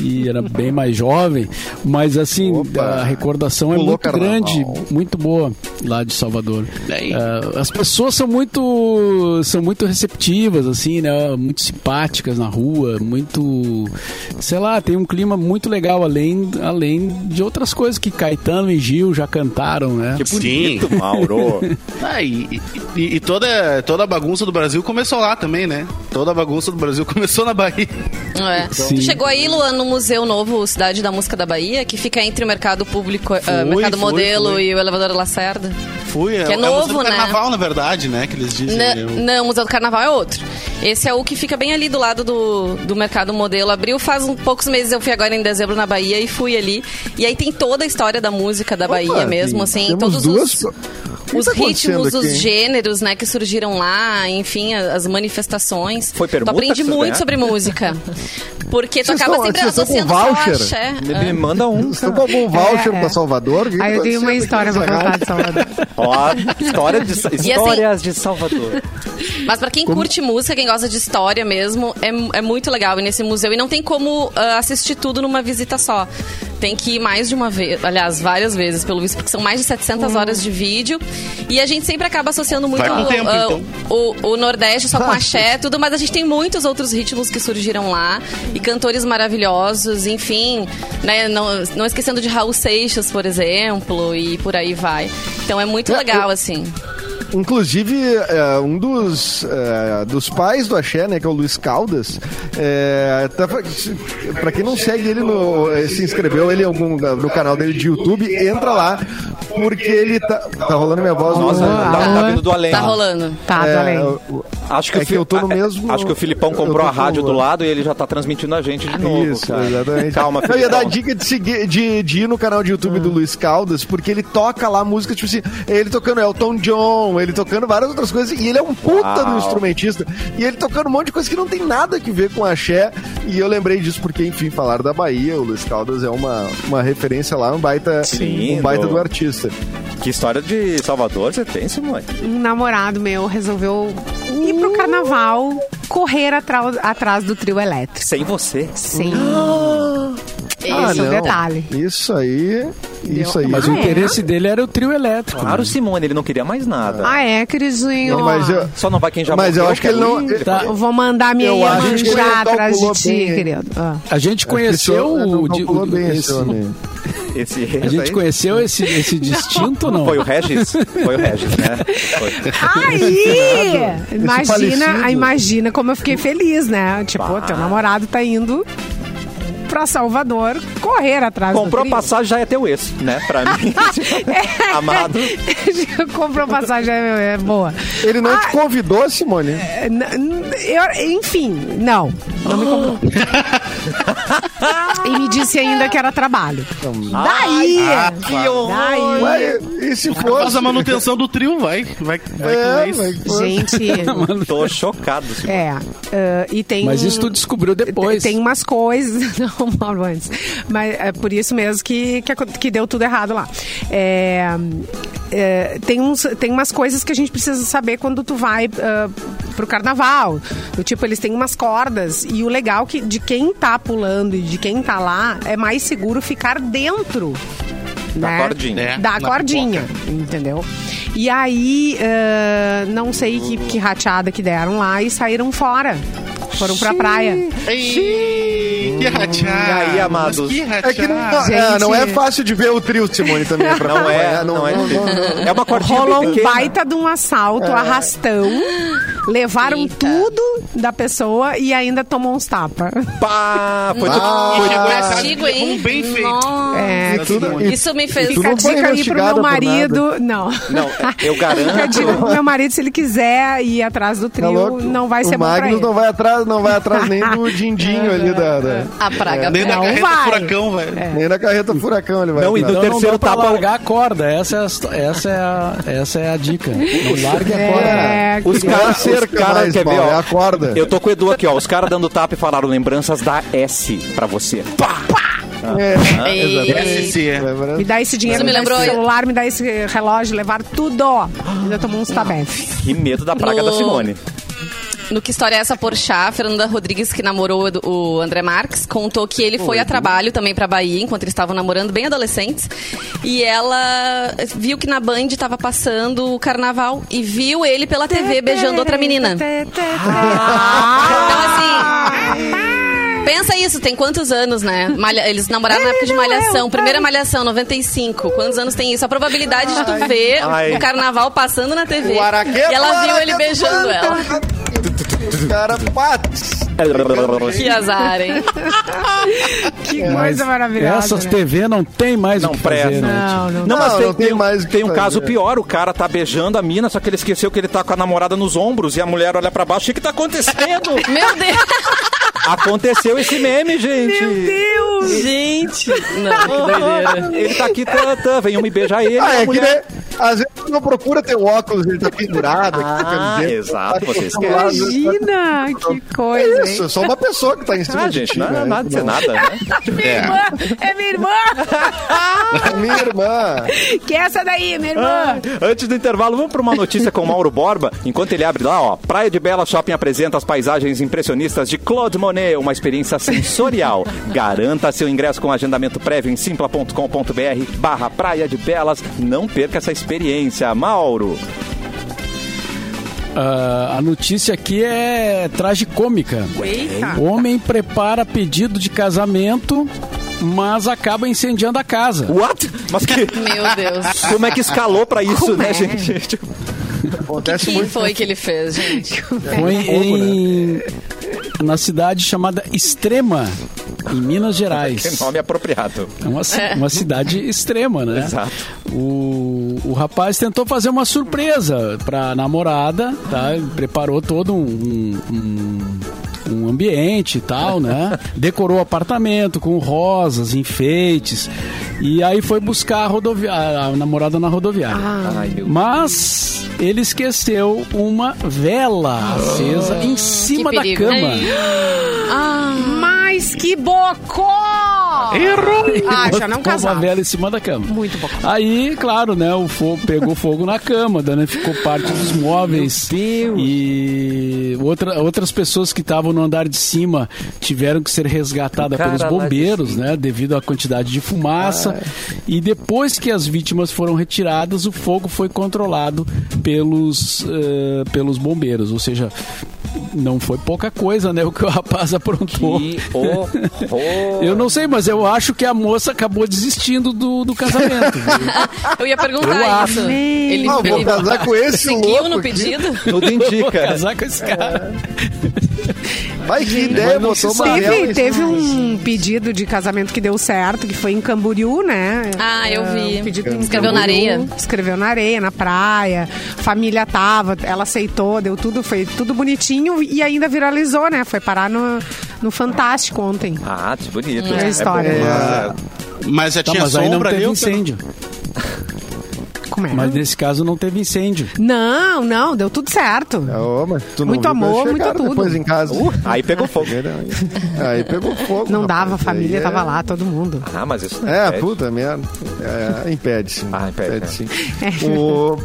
S6: E era bem mais jovem, mas assim,
S5: Opa.
S6: a recordação é
S5: Pulou
S6: muito
S5: carnaval.
S6: grande, muito boa lá de Salvador.
S2: Bem.
S6: Ah, as pessoas são muito são muito receptivas assim, né? Muito simpáticas na rua, muito sei lá, tem um clima muito legal além além de outras coisas que Caetano e Gil já cantaram, né?
S1: Que bonito,
S2: Sim.
S1: Mauro.
S2: Tá, e, e- e toda, toda a bagunça do Brasil começou lá também, né? Toda a bagunça do Brasil começou na Bahia.
S4: É.
S6: Sim.
S4: Tu chegou aí, Luan, no Museu Novo Cidade da Música da Bahia, que fica entre o Mercado Público, eh,
S2: Fui,
S4: Mercado
S2: fui,
S4: Modelo
S2: fui.
S4: e o Elevador Lacerda.
S2: Fui,
S4: Que é
S2: o Museu
S4: novo,
S2: do
S4: né?
S2: Carnaval, na verdade, né? Que eles dizem.
S4: Na-
S2: né? O-
S4: Não, o Museu do Carnaval é outro. Esse é o que fica bem ali do lado do, do Mercado Modelo. Abriu faz um, poucos meses, eu fui agora em dezembro na Bahia e fui ali. E aí tem toda a história da música da Bahia mesmo, assim.
S5: temos
S4: todos
S5: duas-
S4: os,
S5: O que
S4: os
S5: tá acontecendo
S4: ritmos,
S5: aqui,
S4: os
S5: hein?
S4: gêneros, né, que surgiram lá, enfim, a- as manifestações.
S1: Foi
S4: tu
S1: permuta
S4: aprende
S1: que tu
S4: muito
S1: ganha?
S4: sobre música. Porque tu
S5: Vocês
S4: acaba
S5: estão-
S4: sempre
S5: vocês estão com
S4: associando é. só ao
S5: voucher?
S4: axé.
S1: Me, me manda um.
S5: Estão com algum voucher
S3: É, é.
S5: pra Salvador? O que que
S3: Aí eu
S5: tá
S3: tenho uma
S5: acontecendo
S3: história
S5: aqui
S3: pra
S5: nessa
S3: contar de
S5: rádio?
S3: Salvador.
S1: Ó, história de, histórias de Salvador.
S4: Mas pra quem curte música, quem gosta de história mesmo, é, é muito legal ir nesse museu. E não tem como ah, assistir tudo numa visita só. Tem que ir mais de uma vez, aliás, várias vezes, pelo visto, porque são mais de 700 horas de vídeo. E a gente sempre acaba associando muito
S2: Vai com o tempo,
S4: ah,
S2: então. Ah,
S4: o, o Nordeste só com axé, tudo, mas a gente tem muitos outros ritmos que surgiram lá. E cantores maravilhosos, enfim. né, não, não esquecendo de Raul Seixas, por exemplo, e por aí vai. Então é muito
S5: É,
S4: legal,
S5: eu-
S4: assim.
S5: Inclusive, é, um dos, é, dos pais do Axé, né, que é o Luiz Caldas, é, tá, pra quem não segue ele, no, é, se inscreveu ele em algum, no canal dele de YouTube, entra lá, porque ele tá... Tá rolando minha voz?
S1: Nossa,
S5: não,
S1: tá, tá vindo do além.
S4: Tá rolando.
S3: Tá,
S5: É,
S3: adorei.
S5: o-
S1: Acho que,
S5: É
S1: o
S5: que
S1: Fi-
S5: eu tô no
S1: a-
S5: mesmo-
S1: Acho que o Filipão
S5: eu
S1: comprou
S5: tô
S1: a rádio
S5: com-
S1: do lado e ele já tá transmitindo a gente de novo.
S5: Isso,
S1: cara.
S5: exatamente.
S1: Calma, Hum.
S5: Eu ia
S1: Filipão.
S5: dar a dica de, seguir, de, de ir no canal de YouTube do Luiz Caldas, porque ele toca lá música, tipo assim, ele tocando Elton John, ele tocando várias outras coisas, e ele é um puta
S1: Uau.
S5: do instrumentista, e ele tocando um monte de coisa que não tem nada que ver com axé, e eu lembrei disso porque, enfim, falar da Bahia, o Luiz Caldas é uma, uma referência lá, um baita,
S1: Sim,
S5: um baita
S1: do-
S5: do artista.
S1: Que história de Salvador você tem, Simone?
S3: um namorado meu resolveu ir pro carnaval correr atrás, atrás do trio elétrico.
S1: Sem você.
S3: Sim.
S5: Ah,
S3: Esse é o
S5: não.
S3: detalhe.
S5: Isso aí, isso aí.
S6: Mas
S3: Ah,
S6: o
S3: é?
S6: interesse dele era o trio elétrico.
S1: Claro,
S6: né?
S1: Simone, ele não queria mais nada.
S3: Ah, é, queridinho. Ah,
S5: Mas eu,
S1: Só não vai quem já
S5: mas eu
S1: morreu,
S5: acho que ele não...
S1: é o-
S6: Tá.
S3: Eu vou mandar minha
S5: Eu
S3: irmã
S5: acho que ele
S3: manjar atrás de
S5: calculou
S3: ti,
S5: bem, hein?
S3: querido. Ah.
S6: A gente conheceu
S5: Não
S6: o, de-
S5: calculou
S6: o-
S5: bem esse
S6: esse-
S5: homem.
S1: Esse,
S6: a gente conheceu esse, esse distinto ou não?
S1: Foi o Regis? Foi o Regis, né? Foi.
S3: Aí!
S5: falecido.
S3: Imagina, ah, imagina como eu fiquei feliz, né? Tipo, teu namorado tá indo pra Salvador correr atrás
S1: Comprou
S3: do trio.
S1: passagem, já é teu ex, né? Pra mim.
S3: É.
S1: Amado.
S3: Comprou passagem, é é boa.
S5: Ele não
S3: Ah,
S5: te convidou, Simone.
S3: É, n- n- eu- enfim, não. Não me comprou. e me disse ainda que era trabalho. Daí!
S1: Que horror.
S3: daí!
S6: é.
S5: Ué, e se
S2: Faz
S5: fosse?
S2: a manutenção do trio, vai. Vai, vai com
S5: É,
S2: isso.
S5: mas-
S3: Gente,
S1: Tô chocado. assim. Simone.
S3: é. ah, e tem.
S6: Mas isso tu descobriu depois.
S3: Tem umas coisas, não, Mauro, antes. Mas é por isso mesmo que, que, acon- que deu tudo errado lá. É, é, tem, uns, tem umas coisas que a gente precisa saber quando tu vai ah, pro carnaval. Do tipo, eles têm umas cordas e o legal que de quem tá pulando e de quem tá lá é mais seguro ficar dentro.
S1: Da
S3: né?
S1: cordinha.
S2: É,
S3: da
S2: na
S3: cordinha, entendeu? E aí, ah, não sei que, que rateada que deram lá e saíram fora. Foram pra praia.
S2: Ei, que rateado.
S1: E aí, amados?
S2: Mas Que
S5: É que não,
S2: rateado.
S5: é, não é
S3: Gente.
S5: fácil de ver o trio, Simone, também. é pra
S1: Não é,
S5: acompanhar,
S1: não é. difícil. É uma cordinha
S3: Rolou
S1: bem
S3: um
S1: pequena.
S3: baita de um assalto,
S5: É.
S3: arrastão. Levaram
S4: Eita.
S3: tudo da pessoa e ainda tomou uns tapas.
S1: Pá, foi
S5: Ah,
S1: tudo.
S2: E chegou em casa
S4: Castigo,
S2: e levou
S4: hein?
S2: um bem feito.
S4: Nossa.
S3: É,
S5: E tudo- e-
S4: Isso me fez.
S5: Tu
S3: Fica a
S5: não foi
S3: dica aí pro meu
S5: investigada por
S3: marido. Não.
S1: Não, eu
S3: Fica a
S1: garanto.
S3: dica pro meu marido, se ele quiser ir atrás do
S5: Tá
S3: trio,
S5: louco?
S3: não vai
S5: o
S3: ser bom pra
S5: Magnus
S3: ele. É,
S5: não vai atrás, não vai atrás nem do dindinho ali da, da-
S4: A praga
S2: Nem na
S3: Não
S2: carreta
S3: vai.
S2: furacão, velho.
S4: É.
S3: é.
S5: nem na carreta furacão ele vai.
S1: Não, e
S5: atrás.
S1: do
S6: Então não
S1: terceiro
S6: dá pra
S1: tapa-
S6: largar a corda. Essa é a, histó- essa é a, essa é a dica. Não largue a corda.
S3: É,
S1: Os
S5: Não é
S1: caras, os
S5: cerca
S1: caras,
S5: mais,
S1: quer ver,
S5: Mauro, é
S1: ó.
S5: a corda.
S1: Eu tô com o Edu aqui, ó. Os caras dando tapa e falaram lembranças da S pra você. Pá!
S5: É,
S4: Ei.
S2: SC.
S3: me dá esse dinheiro,
S4: Isso me
S3: me, dá
S4: lembrou-
S3: esse celular, me dá esse relógio, levar tudo. Ainda tomou uns tabefes.
S1: Que medo da praga
S4: No-
S1: da Simone.
S4: No que história é essa Porchá, Fernanda Rodrigues, que namorou o Edu- o André Marques, contou que ele foi a trabalho também pra Bahia, enquanto eles estavam namorando, bem adolescentes. E ela viu que na Band tava passando o carnaval e viu ele pela TV beijando outra menina.
S3: Ah,
S4: Então, assim. Pensa isso, tem quantos anos, né? Malha- eles namoraram na época
S3: é
S4: de
S3: um
S4: Malhação. Primeira Malhação, 95. Quantos anos tem isso? A probabilidade de tu ver
S1: Ai.
S4: o carnaval passando na TV.
S5: O araqueto,
S4: e ela viu
S5: o
S4: ele
S5: araqueto
S4: beijando
S5: canta.
S4: ela.
S5: Os caras, patos.
S4: Que azar, hein?
S3: Que
S6: Mas
S3: coisa maravilhosa.
S6: Essas
S3: né?
S6: TV não tem mais
S1: Não
S6: o que fazer,
S1: presta.
S6: né, gente?
S3: Não, não.
S1: Não, mas
S5: Não,
S1: tem,
S5: não tem
S1: tem um-
S5: mais o que
S1: tem um caso
S5: fazer.
S1: pior. O cara tá beijando a mina, só que ele esqueceu que ele tá com a namorada nos ombros e a mulher olha pra baixo. O que, que tá acontecendo?
S4: Meu Deus!
S1: Aconteceu esse meme, gente.
S3: Meu Deus!
S4: Gente! Não, que doideira.
S1: Ele tá aqui, tã, tã, vem um me beijar ele.
S5: Ah,
S1: a
S5: é que
S1: mulher-
S5: né, às vezes tu não procura teu óculos, ele tá pendurado. aqui,
S1: Ah,
S5: camiseta,
S1: exato,
S5: tá
S1: você
S5: com o lado-
S3: Imagina, que
S5: É
S3: coisa,
S5: isso,
S3: hein?
S5: é só uma pessoa que tá em cima
S1: Ah,
S5: de
S1: gente,
S5: ti,
S1: não é
S5: né?
S1: nada de ser
S5: Não.
S1: nada, né?
S3: Minha irmã, é minha irmã! tá-
S5: Minha irmã.
S3: Que é essa daí, minha
S1: Ah,
S3: irmã?
S1: Antes do intervalo, vamos para uma notícia com o Mauro Borba. Enquanto ele abre lá, ó, Praia de Bela Shopping apresenta as paisagens impressionistas de Claude Monet, uma experiência sensorial. Garanta seu ingresso com agendamento prévio em simpla.com.br barra Praia de Belas. Não perca essa experiência, Mauro.
S6: Ah, a notícia aqui é tragicômica. Um
S3: Eita.
S6: Homem prepara pedido de casamento, mas acaba incendiando a casa.
S1: What? Mas que...
S4: Meu Deus.
S1: Como é que escalou para isso, né, gente? Tipo,
S5: Acontece
S4: Quem
S5: muito.
S4: foi que ele fez, gente?
S1: é
S6: Foi
S1: né?
S6: em, na cidade chamada Extrema, em Minas Gerais.
S1: que um nome apropriado.
S6: É uma, ci- uma cidade extrema, né?
S1: Exato.
S6: O, o rapaz tentou fazer uma surpresa pra namorada, tá? Ele preparou todo um, um, um ambiente e tal, né? Decorou o apartamento com rosas, enfeites. E aí foi buscar a, rodovi- a- a namorada na rodoviária.
S3: Ah.
S1: Ai, meu
S6: Mas ele esqueceu uma vela acesa
S3: Ah.
S6: em cima da
S4: perigo.
S6: cama.
S3: Mas que bocó! Errou! Ah, já não
S6: Botou
S3: casava.
S6: Uma vela em cima da cama.
S3: Muito bom.
S6: Aí, claro, né, o fogo pegou fogo na cama, danificou parte dos móveis. Meu Deus. E outra, outras pessoas que estavam no andar de cima tiveram que ser resgatadas
S1: cara
S6: pelos
S1: lá de
S6: bombeiros, né, devido à quantidade de fumaça. E depois que as vítimas foram retiradas, o fogo foi controlado pelos eh, pelos bombeiros, ou seja, não foi pouca coisa, né, o que o rapaz aprontou.
S1: Que horror.
S6: Eu não sei, mas eu acho que a moça acabou desistindo do, do casamento.
S4: Eu ia perguntar
S6: Eu
S4: isso.
S6: acho.
S4: Ele,
S5: Ah, vou
S4: ele
S5: casar com esse
S4: seguiu
S5: louco
S4: no
S5: aqui.
S4: pedido?
S1: Tudo
S6: Vou
S1: indica.
S6: casar com esse cara.
S5: Vai né? que ideia,
S6: não se
S5: botou uma vela
S3: Teve,
S5: em
S3: teve
S5: cima.
S3: um pedido de casamento que deu certo, que foi em Camboriú, né?
S4: Ah, eu vi.
S3: Um pedido em
S4: Escreveu na
S3: Camboriú.
S4: areia.
S3: Escreveu na areia, na praia. Família tava, ela aceitou, deu tudo, foi tudo bonitinho e ainda viralizou, né? Foi parar no, no Fantástico ontem.
S1: Ah, que bonito.
S3: É a história.
S1: bom, né?
S2: Mas já
S6: Tá,
S2: tinha
S6: mas aí não
S2: sombra
S6: teve
S2: ali.
S6: incêndio.
S3: Como é?
S6: Mas nesse caso não teve incêndio.
S3: Não, não, deu tudo
S6: Ah,
S3: certo.
S5: Ah, Ô, mas tu não
S3: Muito
S5: viu,
S3: amor,
S5: chegaram
S3: muito tudo.
S5: Depois em casa.
S1: Uh, aí pegou fogo.
S5: Aí pegou fogo.
S3: Não
S5: rapaz.
S3: dava, a família
S5: Aí é-
S3: tava lá, todo mundo.
S1: Ah, mas isso não
S5: É,
S1: impede.
S5: puta merda. É, impede sim.
S1: Ah, impede, né?
S5: sim. O...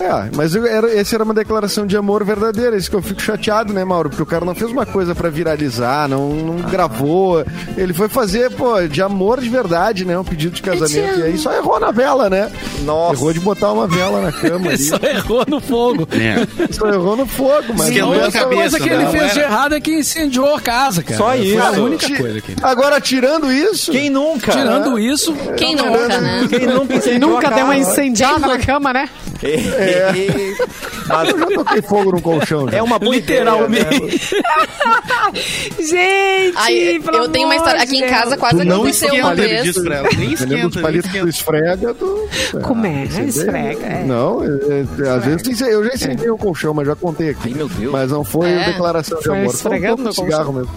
S5: É, mas eu era, essa era uma declaração de amor verdadeira, é isso que eu fico chateado, né, Mauro? Porque o cara não fez uma coisa pra viralizar, não, não
S1: Ah,
S5: gravou. Ele foi fazer, pô, de amor de verdade, né? Um pedido de casamento. E aí só errou na vela, né?
S1: Nossa.
S5: Errou de botar uma vela na cama ali.
S6: Só errou no fogo.
S2: É.
S5: só errou no fogo, mas.
S2: Esquentou
S5: não é
S2: a
S5: só-
S2: cabeça.
S6: Mas o que ele
S2: não,
S6: fez
S2: era-
S6: de errado é que incendiou a casa, cara.
S1: Só
S6: Foi
S1: isso.
S6: a
S1: Cara,
S6: única
S5: ti-
S6: coisa aqui.
S5: Agora, tirando isso.
S1: Quem nunca? né?
S6: Tirando isso,
S5: Tá
S4: Quem nunca, né?
S1: Quem nunca
S3: E
S1: incendiou
S3: nunca
S1: a
S3: deu uma
S1: casa?
S3: incendiada na cama, né?
S5: É. Eu já toquei fogo no colchão. já.
S1: É uma boa ideia, né?
S6: literalmente.
S3: Gente,
S4: Aí,
S3: pelo
S4: eu tenho uma
S3: amor
S4: história.
S3: de
S4: Aqui em
S3: Deus.
S4: casa
S2: Tu
S4: quase
S2: não
S4: aconteceu uma
S2: esquenta, ele
S4: vez.
S2: diz pra ela. Nem
S5: Você lembra
S2: esquenta,
S5: dos
S2: nem
S5: palitos do
S2: esquenta.
S5: esfrega do.
S3: Como é?
S5: Ah, Você
S3: Esfrega, é.
S5: Não, é, é, às vezes tem- eu já ensinei o colchão, mas já contei aqui.
S1: Ai, meu Deus.
S5: Mas não foi
S4: É.
S5: declaração de
S3: Foi
S5: amor. Foi um
S3: esfregando Ah,
S5: toco de
S3: o
S5: cigarro mesmo.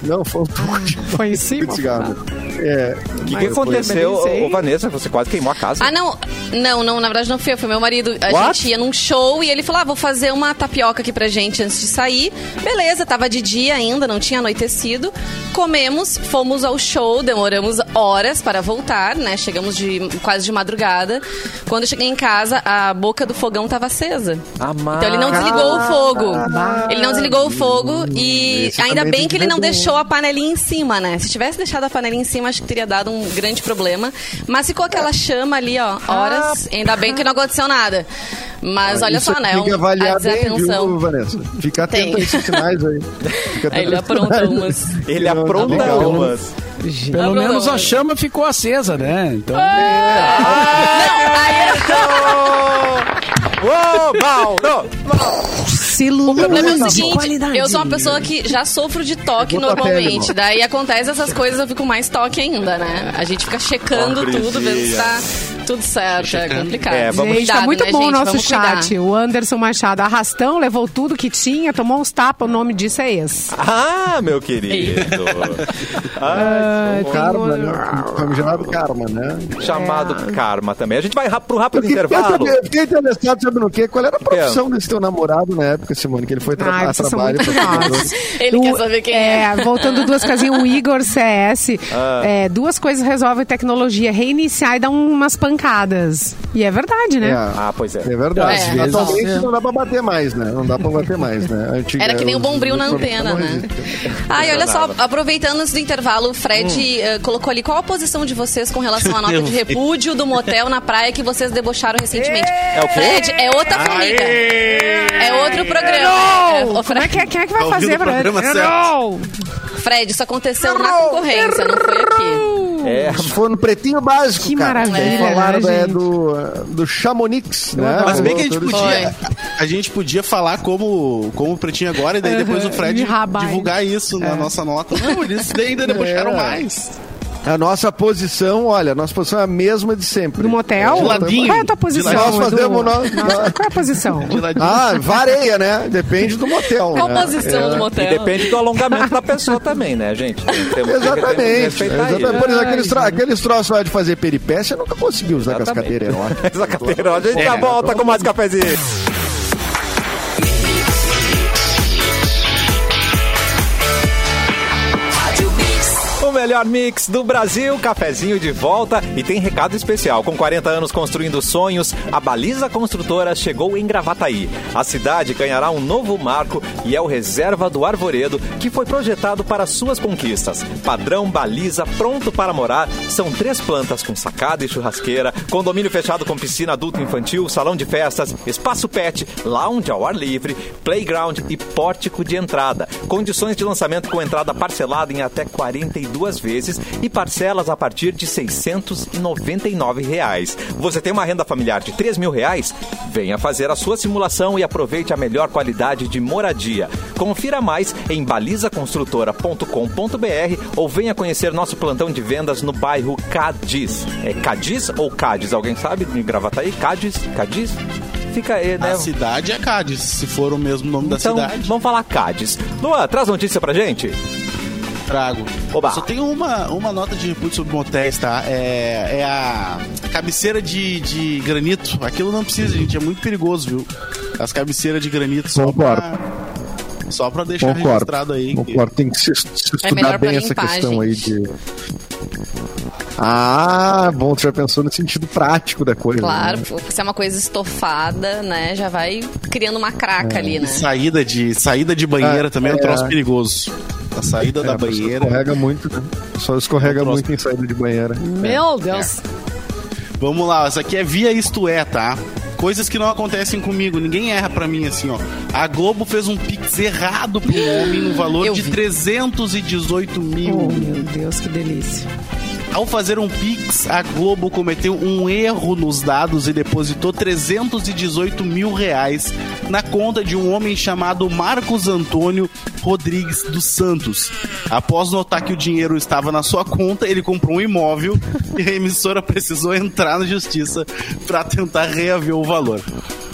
S5: Não, foi um toco de
S3: Foi em cima.
S5: cigarro. É.
S4: Então,
S1: O que, que aconteceu, ô, ô, Vanessa? Você quase queimou a casa.
S4: Ah, não. Não, não, na verdade não fui eu, foi meu marido. A
S1: What?
S4: gente ia num show e ele falou: ah, vou fazer uma tapioca aqui pra gente antes de sair. Beleza, tava de dia ainda, não tinha anoitecido. Comemos, fomos ao show, demoramos horas para voltar, né? Chegamos de quase de madrugada. Quando eu cheguei em casa, a boca do fogão tava acesa.
S1: Amado.
S4: Então ele não desligou o fogo. Ele não desligou o fogo e
S5: Esse
S4: ainda
S5: também
S4: bem que
S5: tem que
S4: ele não
S5: ver com-
S4: deixou a panelinha em cima, né? Se tivesse deixado a panelinha em cima, acho que teria dado um grande problema. Mas ficou aquela chama ali, ó, horas. Ainda bem que não aconteceu nada. Mas olha
S5: Ah, Isso
S4: só, né?
S5: Tem que
S4: Um- a
S5: avaliar bem, viu,
S4: desatenção.
S5: Vanessa? Fica
S4: Tem.
S5: atento a esses sinais aí. Fica
S4: Aí ele
S5: atento aos
S4: apronta
S5: sinais.
S4: umas.
S1: Ele
S5: Não,
S1: apronta
S5: tá legal.
S1: umas.
S3: Tá
S6: Pelo
S4: Abre o
S6: menos
S4: olho.
S6: a chama ficou acesa, né? Então,
S1: Ah, então! Ô, Mauro!
S3: Se Lulu,
S4: O problema é
S3: de
S4: o seguinte,
S3: qualidade.
S4: eu sou uma pessoa que já sofro de toque
S5: Botou a pele,
S4: normalmente.
S5: irmão.
S4: Daí acontece essas coisas, eu fico mais toque ainda, né? A gente fica checando
S1: Pobrezinha.
S4: tudo, vendo se tá tudo certo. É complicado.
S1: É, vamos-
S3: Gente, tá
S4: Cuidado,
S3: muito
S4: né,
S3: bom o
S4: gente?
S3: nosso
S4: Vamos
S3: chat.
S4: cuidar.
S3: O Anderson Machado arrastão, levou tudo que tinha, tomou uns tapas, o nome disso é esse.
S1: Ah, meu querido. Ah, Ai, que horror.
S5: Karma, né? Famigerado karma, né?
S4: É.
S1: Chamado Karma também. A gente vai rap- pro rápido
S5: Eu fiquei,
S1: intervalo.
S5: eu fiquei interessado, sabe no quê? Qual
S1: É.
S5: era a profissão desse teu namorado na época, Simone, que ele foi tra
S3: Ai,
S5: a
S3: Ah, vocês são
S5: trabalho?
S3: é muito
S5: pra-
S3: nós.
S4: Ele
S3: O-
S4: quer saber quem é.
S3: Voltando duas casinhas, o Igor CS.
S5: Ah.
S3: é, duas coisas resolvem tecnologia: reiniciar e dar umas pancadas. E é verdade, né?
S5: É.
S1: Ah, pois é.
S5: É verdade.
S4: Às
S6: vezes,
S5: Atualmente
S6: é.
S5: não dá pra bater mais, né? Não dá pra bater mais, né? Antiga-
S4: Era que nem o bombril na
S5: os- os-
S4: antena,
S5: não
S4: né?
S5: resiste.
S4: Ai, olha só,
S1: Nada.
S4: aproveitando antes do intervalo, o Fred
S1: Hum.
S4: eh, colocou ali qual a posição de vocês com relação à nota de repúdio do motel na praia que vocês debocharam recentemente. É
S1: o quê?
S4: Fred, é outra formiga. É outro programa. É, o
S3: Como é
S4: Fred,
S3: que, quem é que vai
S2: Tá ouvindo
S3: fazer
S2: o programa
S3: pra
S2: certo.
S3: Não!
S4: Fred, isso aconteceu na concorrência, não foi aqui.
S1: É,
S5: Isso foi no pretinho básico.
S3: Que
S5: cara.
S3: maravilha,
S5: Aí Falaram
S3: né,
S5: é,
S3: gente?
S5: do, do Chamonix, né?
S2: Mas bem que a gente
S5: Falou todo
S2: podia.
S5: isso.
S2: A gente podia falar como, como o Pretinho agora, e daí depois o Fred
S3: de rabai.
S2: divulgar isso
S4: É.
S2: na nossa nota. Não, eles
S5: É.
S2: ainda debocharam mais.
S5: A nossa posição, olha, a nossa posição é a mesma de sempre.
S3: No motel?
S5: De
S2: ladinho.
S3: Qual é a tua
S2: De
S3: posição?
S5: ladinho. Nós
S3: Edu?
S5: fazemos nós-
S3: Nossa, Qual é a posição?
S2: De ladinho.
S5: Ah, vareia, né? Depende do motel.
S4: Qual
S5: né?
S4: posição do
S1: É. e
S4: motel?
S1: depende do alongamento da pessoa também, né, gente? Tem- temos que- temos que
S5: É, Exatamente.
S1: respeitar
S5: exatamente.
S1: isso.
S5: Por exemplo, aqueles, tro aqueles troços lá de fazer peripécia, eu nunca consegui usar com as
S1: Exatamente.
S5: cadeiras eróticas.
S1: Tá Essa carteira, a gente já
S2: É.
S1: volta com mais cafezinho. O melhor mix do Brasil, cafezinho de volta e tem recado especial. Com 40 anos construindo sonhos, a Baliza Construtora chegou em Gravataí. A cidade ganhará um novo marco e é o Reserva do Arvoredo, que foi projetado para suas conquistas. Padrão Baliza pronto para morar, são três plantas com sacada e churrasqueira, condomínio fechado com piscina adulto e infantil, salão de festas, espaço pet, lounge ao ar livre, playground e pórtico de entrada. Condições de lançamento com entrada parcelada em até 42 10 vezes e parcelas a partir de R$ 699. Reais. Você tem uma renda familiar de R$ 3 mil? Reais? Venha fazer a sua simulação e aproveite a melhor qualidade de moradia. Confira mais em balizaconstrutora.com.br ou venha conhecer nosso plantão de vendas no bairro Cadiz. É Cadiz ou Cádiz? Alguém sabe? Me gravata aí. Cádiz? Cadiz? Fica aí, né?
S2: A cidade é Cádiz, se for o mesmo nome
S1: Então,
S2: da cidade.
S1: vamos falar Cádiz. Luan, traz notícia pra gente?
S2: Trago.
S1: Oba.
S2: Só tem uma, uma nota de repúdio sobre motéis, tá? É, é a cabeceira de, de granito. Aquilo não precisa, gente. É muito perigoso, viu? As cabeceiras de granito só
S5: Concordo.
S2: pra, só pra deixar registrado
S5: Concordo.
S2: aí. que-
S5: Concordo. Tem que se, se estudar
S4: É melhor pra
S5: bem essa
S4: limpar,
S5: questão aí
S4: gente.
S5: de. Ah, bom, tu já pensou no sentido prático da coisa.
S4: Claro,
S5: né?
S4: pô, se é uma coisa estofada, né? Já vai criando uma craca
S1: É.
S4: ali, né?
S2: Saída de, saída de banheira
S5: Ah,
S2: também é um
S5: é.
S2: troço perigoso. A saída
S5: É,
S2: da
S5: a pessoa
S2: banheira.
S5: Escorrega muito, né? Só escorrega
S2: Outro É.
S5: muito em saída de banheira.
S4: Meu
S3: É.
S4: Deus.
S2: Vamos lá, essa aqui é via isto é, tá? Coisas que não acontecem comigo, ninguém erra pra mim assim, ó. A Globo fez um pix errado pro homem no valor
S4: Eu
S2: de
S4: vi.
S2: 318 mil.
S3: Oh, meu Deus, que delícia.
S2: Ao fazer um Pix, a Globo cometeu um erro nos dados e depositou 318 mil reais na conta de um homem chamado Marcos Antônio Rodrigues dos Santos. Após notar que o dinheiro estava na sua conta, ele comprou um imóvel e a emissora precisou entrar na justiça para tentar reaver o valor.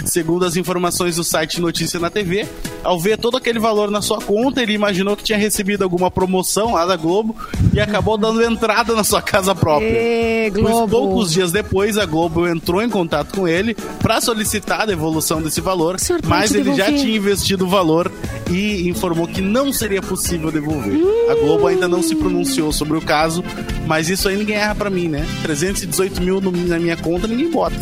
S2: Segundo as informações do site Notícia na TV, ao ver todo aquele valor na sua conta, ele imaginou que tinha recebido alguma promoção lá da Globo e acabou dando entrada na sua casa própria.
S3: Ê,
S2: Uns
S3: Globo.
S2: poucos dias depois, a Globo entrou em contato com ele para solicitar a devolução desse valor,
S3: senhor pode
S2: mas ele já
S3: devolver?
S2: tinha investido o valor e informou que não seria possível devolver. A Globo ainda não se pronunciou sobre o caso, mas isso aí ninguém erra pra mim, né? 318 mil no- na minha conta, ninguém bota.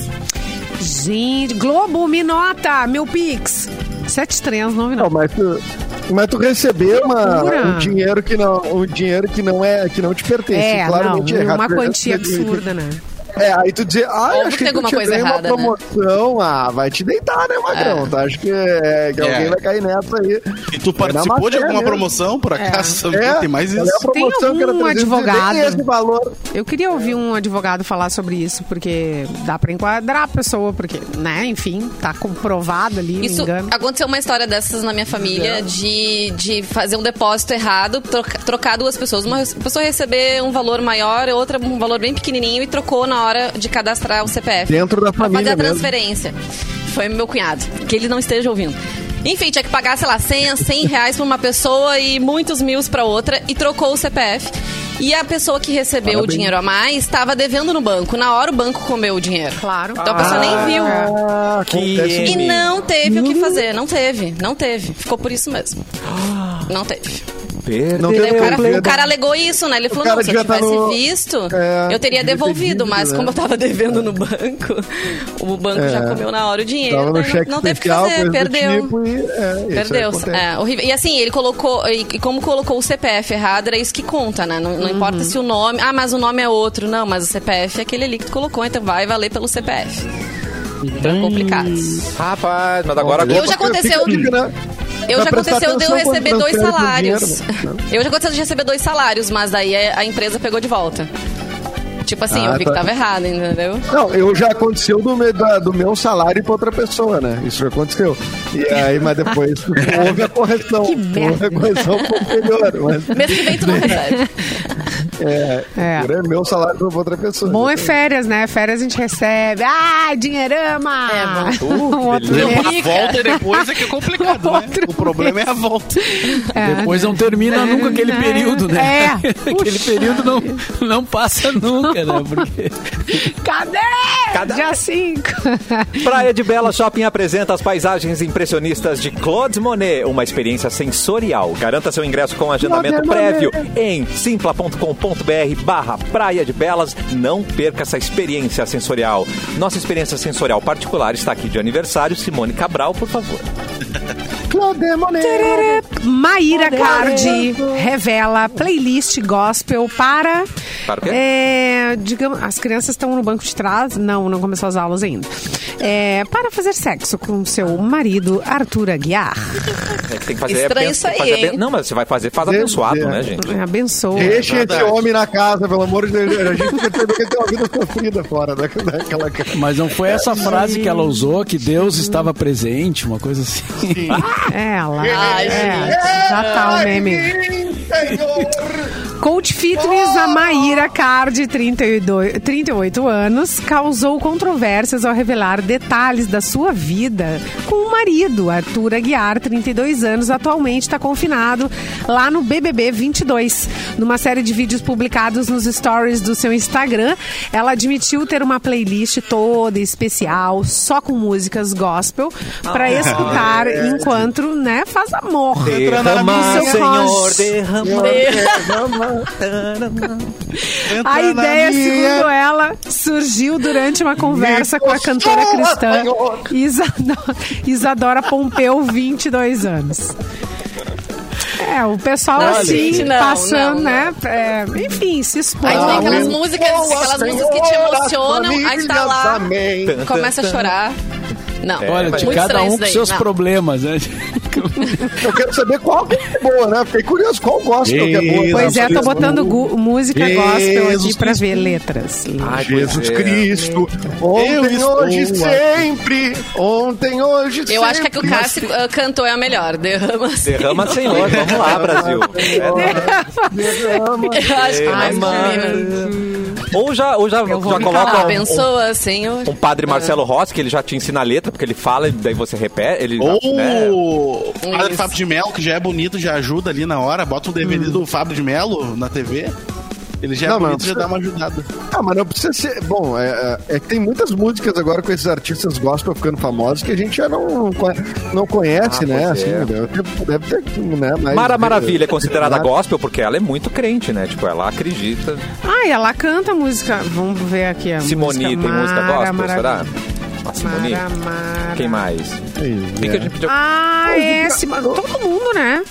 S3: Gente, Globo, me nota, meu Pix. 7399.
S5: Não, mas tu, mas tu receber uma,
S3: loucura.
S5: um dinheiro que não, um dinheiro que não é que não te pertence,
S3: É, não,
S5: claramente errado.
S3: uma
S2: né?
S3: quantia
S5: Tu- tu- tu-
S3: absurda, né?
S5: É, aí tu dizer, ah,
S4: Ou tem
S5: acho que eu
S4: alguma
S5: te
S4: coisa
S5: dei uma
S4: errada, né?
S5: promoção, ah, vai te deitar, né, magrão? Tá? Acho que, é, que
S2: É.
S5: alguém vai cair nessa aí.
S2: E tu participou de
S5: matéria
S2: alguma
S5: mesmo.
S2: promoção, por acaso? também Tem mais
S5: ela
S2: isso.
S5: É a promoção
S3: Tem
S5: que era
S3: algum
S5: 300 e nem
S3: advogado?
S5: esse valor.
S3: Eu queria ouvir um advogado falar sobre isso, porque dá pra enquadrar a pessoa, porque, né, enfim, tá comprovado ali o
S4: Isso
S3: engano.
S4: aconteceu uma história dessas na minha família de, de fazer um depósito errado, troca- trocar duas pessoas. Uma pessoa receber um valor maior, outra um valor bem pequenininho e trocou na hora de cadastrar um o CPF.
S5: Dentro da
S4: pra fazer
S5: família
S4: a
S5: mesmo.
S4: transferência. Foi meu cunhado, que ele não esteja ouvindo. Enfim, tinha que pagar, sei lá, 100, 100 reais pra uma pessoa e muitos mil pra outra e trocou o CPF. E a pessoa que recebeu o dinheiro a mais estava devendo no banco. Na hora o banco comeu o dinheiro.
S3: Claro.
S4: Então a pessoa nem viu.
S5: Ah, acontece
S4: E
S1: Ele-
S4: não teve
S5: Hum.
S4: o que fazer, não teve, não teve. Ficou por isso mesmo. Não teve.
S5: Não
S4: Daí
S5: teve
S4: o, cara,
S5: problema.
S4: o cara alegou isso, né? Ele falou:
S5: cara
S4: não, se eu
S5: devia tá
S4: tivesse
S5: no-
S4: visto,
S5: É,
S4: eu teria
S5: devia ter
S4: devolvido,
S5: dívida,
S4: mas
S5: né?
S4: como eu tava devendo no banco, o banco
S5: É.
S4: já comeu na hora o dinheiro,
S5: Tava no
S4: daí
S5: cheque
S4: não, não teve o que
S5: especial,
S4: fazer,
S5: coisa
S4: perdeu.
S5: do tipo, e, é, isso aí
S4: Perdeu,
S5: acontece.
S4: é, horrível. E assim, ele colocou, e e como colocou o CPF errado, era isso que conta, né? Não, não
S5: Uhum.
S4: importa se o nome, ah, mas o nome é outro. Não, mas o CPF é aquele ali que tu colocou, então vai valer pelo CPF. Então é complicado.
S1: Rapaz, mas agora a
S4: Eu
S1: Globo...
S4: já aconteceu-
S5: Fica a dica, né?
S4: Eu
S5: Pra
S4: já
S5: prestar
S4: aconteceu de eu
S5: atenção quando
S4: receber dois
S5: transfere o
S4: salários.
S5: dinheiro, né?
S4: Eu já aconteceu de receber dois salários, mas daí a a empresa pegou de volta. Tipo assim,
S5: Ah,
S4: eu vi que
S5: tá.
S4: tava errado, entendeu?
S5: Não, eu já aconteceu do meu, da- do meu salário pra outra pessoa, né? Isso já aconteceu. E aí, mas depois houve a correção.
S3: Que merda.
S5: Houve a correção posterior. Mas
S4: Mesmo que vem, tu não recebe.
S5: é,
S3: É.
S5: é meu salário pra outra pessoa.
S3: Bom é férias, né? Férias a gente recebe. Ah, dinheirama!
S4: É,
S1: Uh,
S3: o outro
S1: beleza.
S3: mês.
S2: A volta e depois é que é complicado, né?
S3: Outro
S2: O problema é a volta.
S6: Depois não termina nunca aquele período, né?
S3: É.
S6: aquele
S3: Puxa.
S6: período não, não passa nunca, né? Porque
S3: Cadê?
S1: Cadê?
S3: Dia 5.
S1: Praia de Bela Shopping apresenta as paisagens impressionistas de Claude Monet, uma experiência sensorial. Garanta seu ingresso com agendamento
S5: Claude
S1: prévio
S5: Monet.
S1: em simpla.com.br barra Praia de Belas. Não perca essa experiência sensorial. Nossa experiência sensorial particular está aqui de aniversário. Simone Cabral, por favor.
S3: Maíra Cardi revela playlist gospel para.
S1: Para o quê?
S3: É, digamos, as crianças estão no banco de trás? Não, não começou as aulas ainda. É, para fazer sexo com seu marido, Arthur Aguiar.
S1: É que tem que fazer
S4: Estranho
S1: abenço-
S4: isso aí,
S1: fazer aben-
S4: hein?
S1: Não, mas você vai fazer, faz
S5: Deus
S1: abençoado,
S5: Deus.
S1: né, gente?
S3: Abençoa.
S5: Deixa esse
S2: é verdade.
S5: homem na casa, pelo amor de Deus. A gente entendeu que tem uma vida sofrida fora né? da, daquela casa.
S6: Mas não foi essa frase que ela usou, que Deus estava presente, uma coisa assim.
S3: É Ela.
S4: Ai,
S3: é, já tá o meme. Coach Fitness, a Maíra Card, 32, 38 anos, causou controvérsias ao revelar detalhes da sua vida com o marido, Arthur Aguiar, 32 anos, atualmente está confinado lá no BBB 22. Numa série de vídeos publicados nos stories do seu Instagram, ela admitiu ter uma playlist toda especial, só com músicas gospel, para escutar enquanto né, faz amor.
S1: Derrama,
S3: Seu
S1: Senhor,
S3: cos-
S1: derrama.
S2: Entra na
S3: A ideia, é
S2: minha.
S3: segundo ela, surgiu durante uma conversa com a cantora cristã Isadora, Isadora Pompeu, 22 anos. É, o pessoal
S4: Não,
S3: assim,
S4: gente, não,
S3: passando,
S4: não,
S3: né? é, enfim, se
S4: Aí
S3: expondo.
S5: Ah,
S4: tem aquelas
S5: Aleluia,
S4: músicas, aquelas músicas que te
S5: Senhor,
S4: emocionam, aí tu tá
S5: famílias,
S4: lá,
S5: Amém.
S4: começa a chorar. Não,
S6: Olha,
S4: É, muito
S6: de cada
S4: estranho
S6: um
S4: isso
S6: com
S4: daí,
S6: seus
S4: não.
S6: problemas, né?
S5: Eu quero saber qual que é boa, né? Fiquei curioso, qual gospel que é boa.
S3: Pois é, tô botando gu- música gospel aqui
S2: Jesus
S3: pra ver letras.
S1: Ai,
S5: Jesus
S1: pois é.
S5: Cristo,
S2: Eu
S5: ontem,
S2: estou
S5: hoje,
S2: aqui.
S5: sempre. Ontem, hoje, sempre.
S4: Eu acho que a que o Cássio ah, cantou é a melhor. Derrama. assim.
S1: Derrama, Senhor. Vamos lá, Brasil.
S5: Derrama.
S4: Eu acho que é mais bonito.
S1: É. Ou já, ou já, já
S4: Ah,
S1: coloca um,
S4: abençoa, Senhor.
S1: um padre Marcelo Rossi, que ele já te ensina a letra, porque ele fala e daí você repete. Ele,
S6: Oh!
S1: né?
S2: Ou o
S4: Isso.
S2: Padre Fábio de Melo, que já é bonito, já ajuda ali na hora. Bota um DVD do Fábio de Melo na TV. Ele já
S5: Hum. Não,
S2: é
S5: mas-
S2: bonito, já dá uma ajudada.
S5: Ah, mas não precisa ser. Bom, é, é- é que tem muitas músicas agora com esses artistas gospel ficando famosos que a gente já não, não conhe- não conhece,
S1: Ah,
S5: né?
S1: pois
S5: Assim,
S1: é.
S5: deve, ter- deve ter, né? mais-
S1: Mara Maravilha é considerada
S5: Mara-
S1: gospel porque ela é muito crente, né? Tipo, ela acredita.
S3: Ai, Ah, ela canta música. Vamos ver aqui a
S1: Simoni tem
S3: música.
S1: música
S3: Mara,
S1: gospel,
S3: Mara-
S1: será? A Simoni?
S3: Mara, Mara.
S1: Quem mais?
S5: Sim,
S1: Quem que a
S5: é.
S1: gente pediu?
S3: Ah, é, se- todo mundo, né?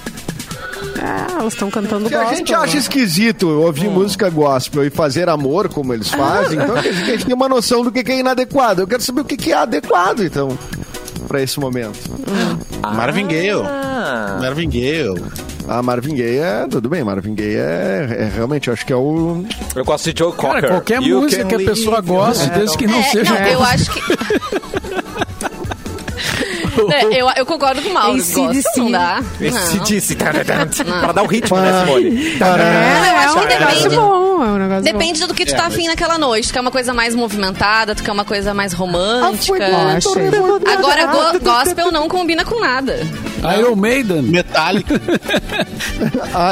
S3: Ah, elas estão cantando
S5: Se a
S3: gospel.
S5: gente
S1: né?
S5: acha esquisito ouvir
S1: Hum.
S5: música gospel e fazer amor como
S1: Ah.
S5: eles fazem, então quer dizer que a gente tem uma noção do que que é inadequado. Eu quero saber o que que é adequado, então, pra esse momento.
S2: Marvin Gaye.
S1: Ah,
S2: Marvin Gaye.
S5: Ah, Marvin Gaye é. Tudo bem, Marvin Gaye é, é realmente, eu acho que é o.
S1: eu gosto de Joe Cocker.
S6: Cara, qualquer
S1: You
S6: música
S1: can
S6: que a
S1: leave
S6: pessoa
S1: your
S6: goste, desde que não
S4: É,
S6: seja. um
S4: não, eu acho que. É, eu, eu concordo com o Mauro.
S3: Esse
S4: Gosto,
S3: disse.
S4: não dá.
S1: Esse
S4: Não.
S1: disse, tá, pra dar o ritmo, né, Simone?
S3: É,
S4: eu acho
S3: é um
S4: que
S3: negócio
S4: depende.
S3: bom, é um negócio
S4: Depende do que tu tá afim naquela noite. Tu quer uma coisa mais movimentada, tu quer uma coisa mais romântica.
S3: bom. Eu achei.
S4: Agora, go gospel não combina com nada.
S6: Iron Maiden.
S2: Metallica.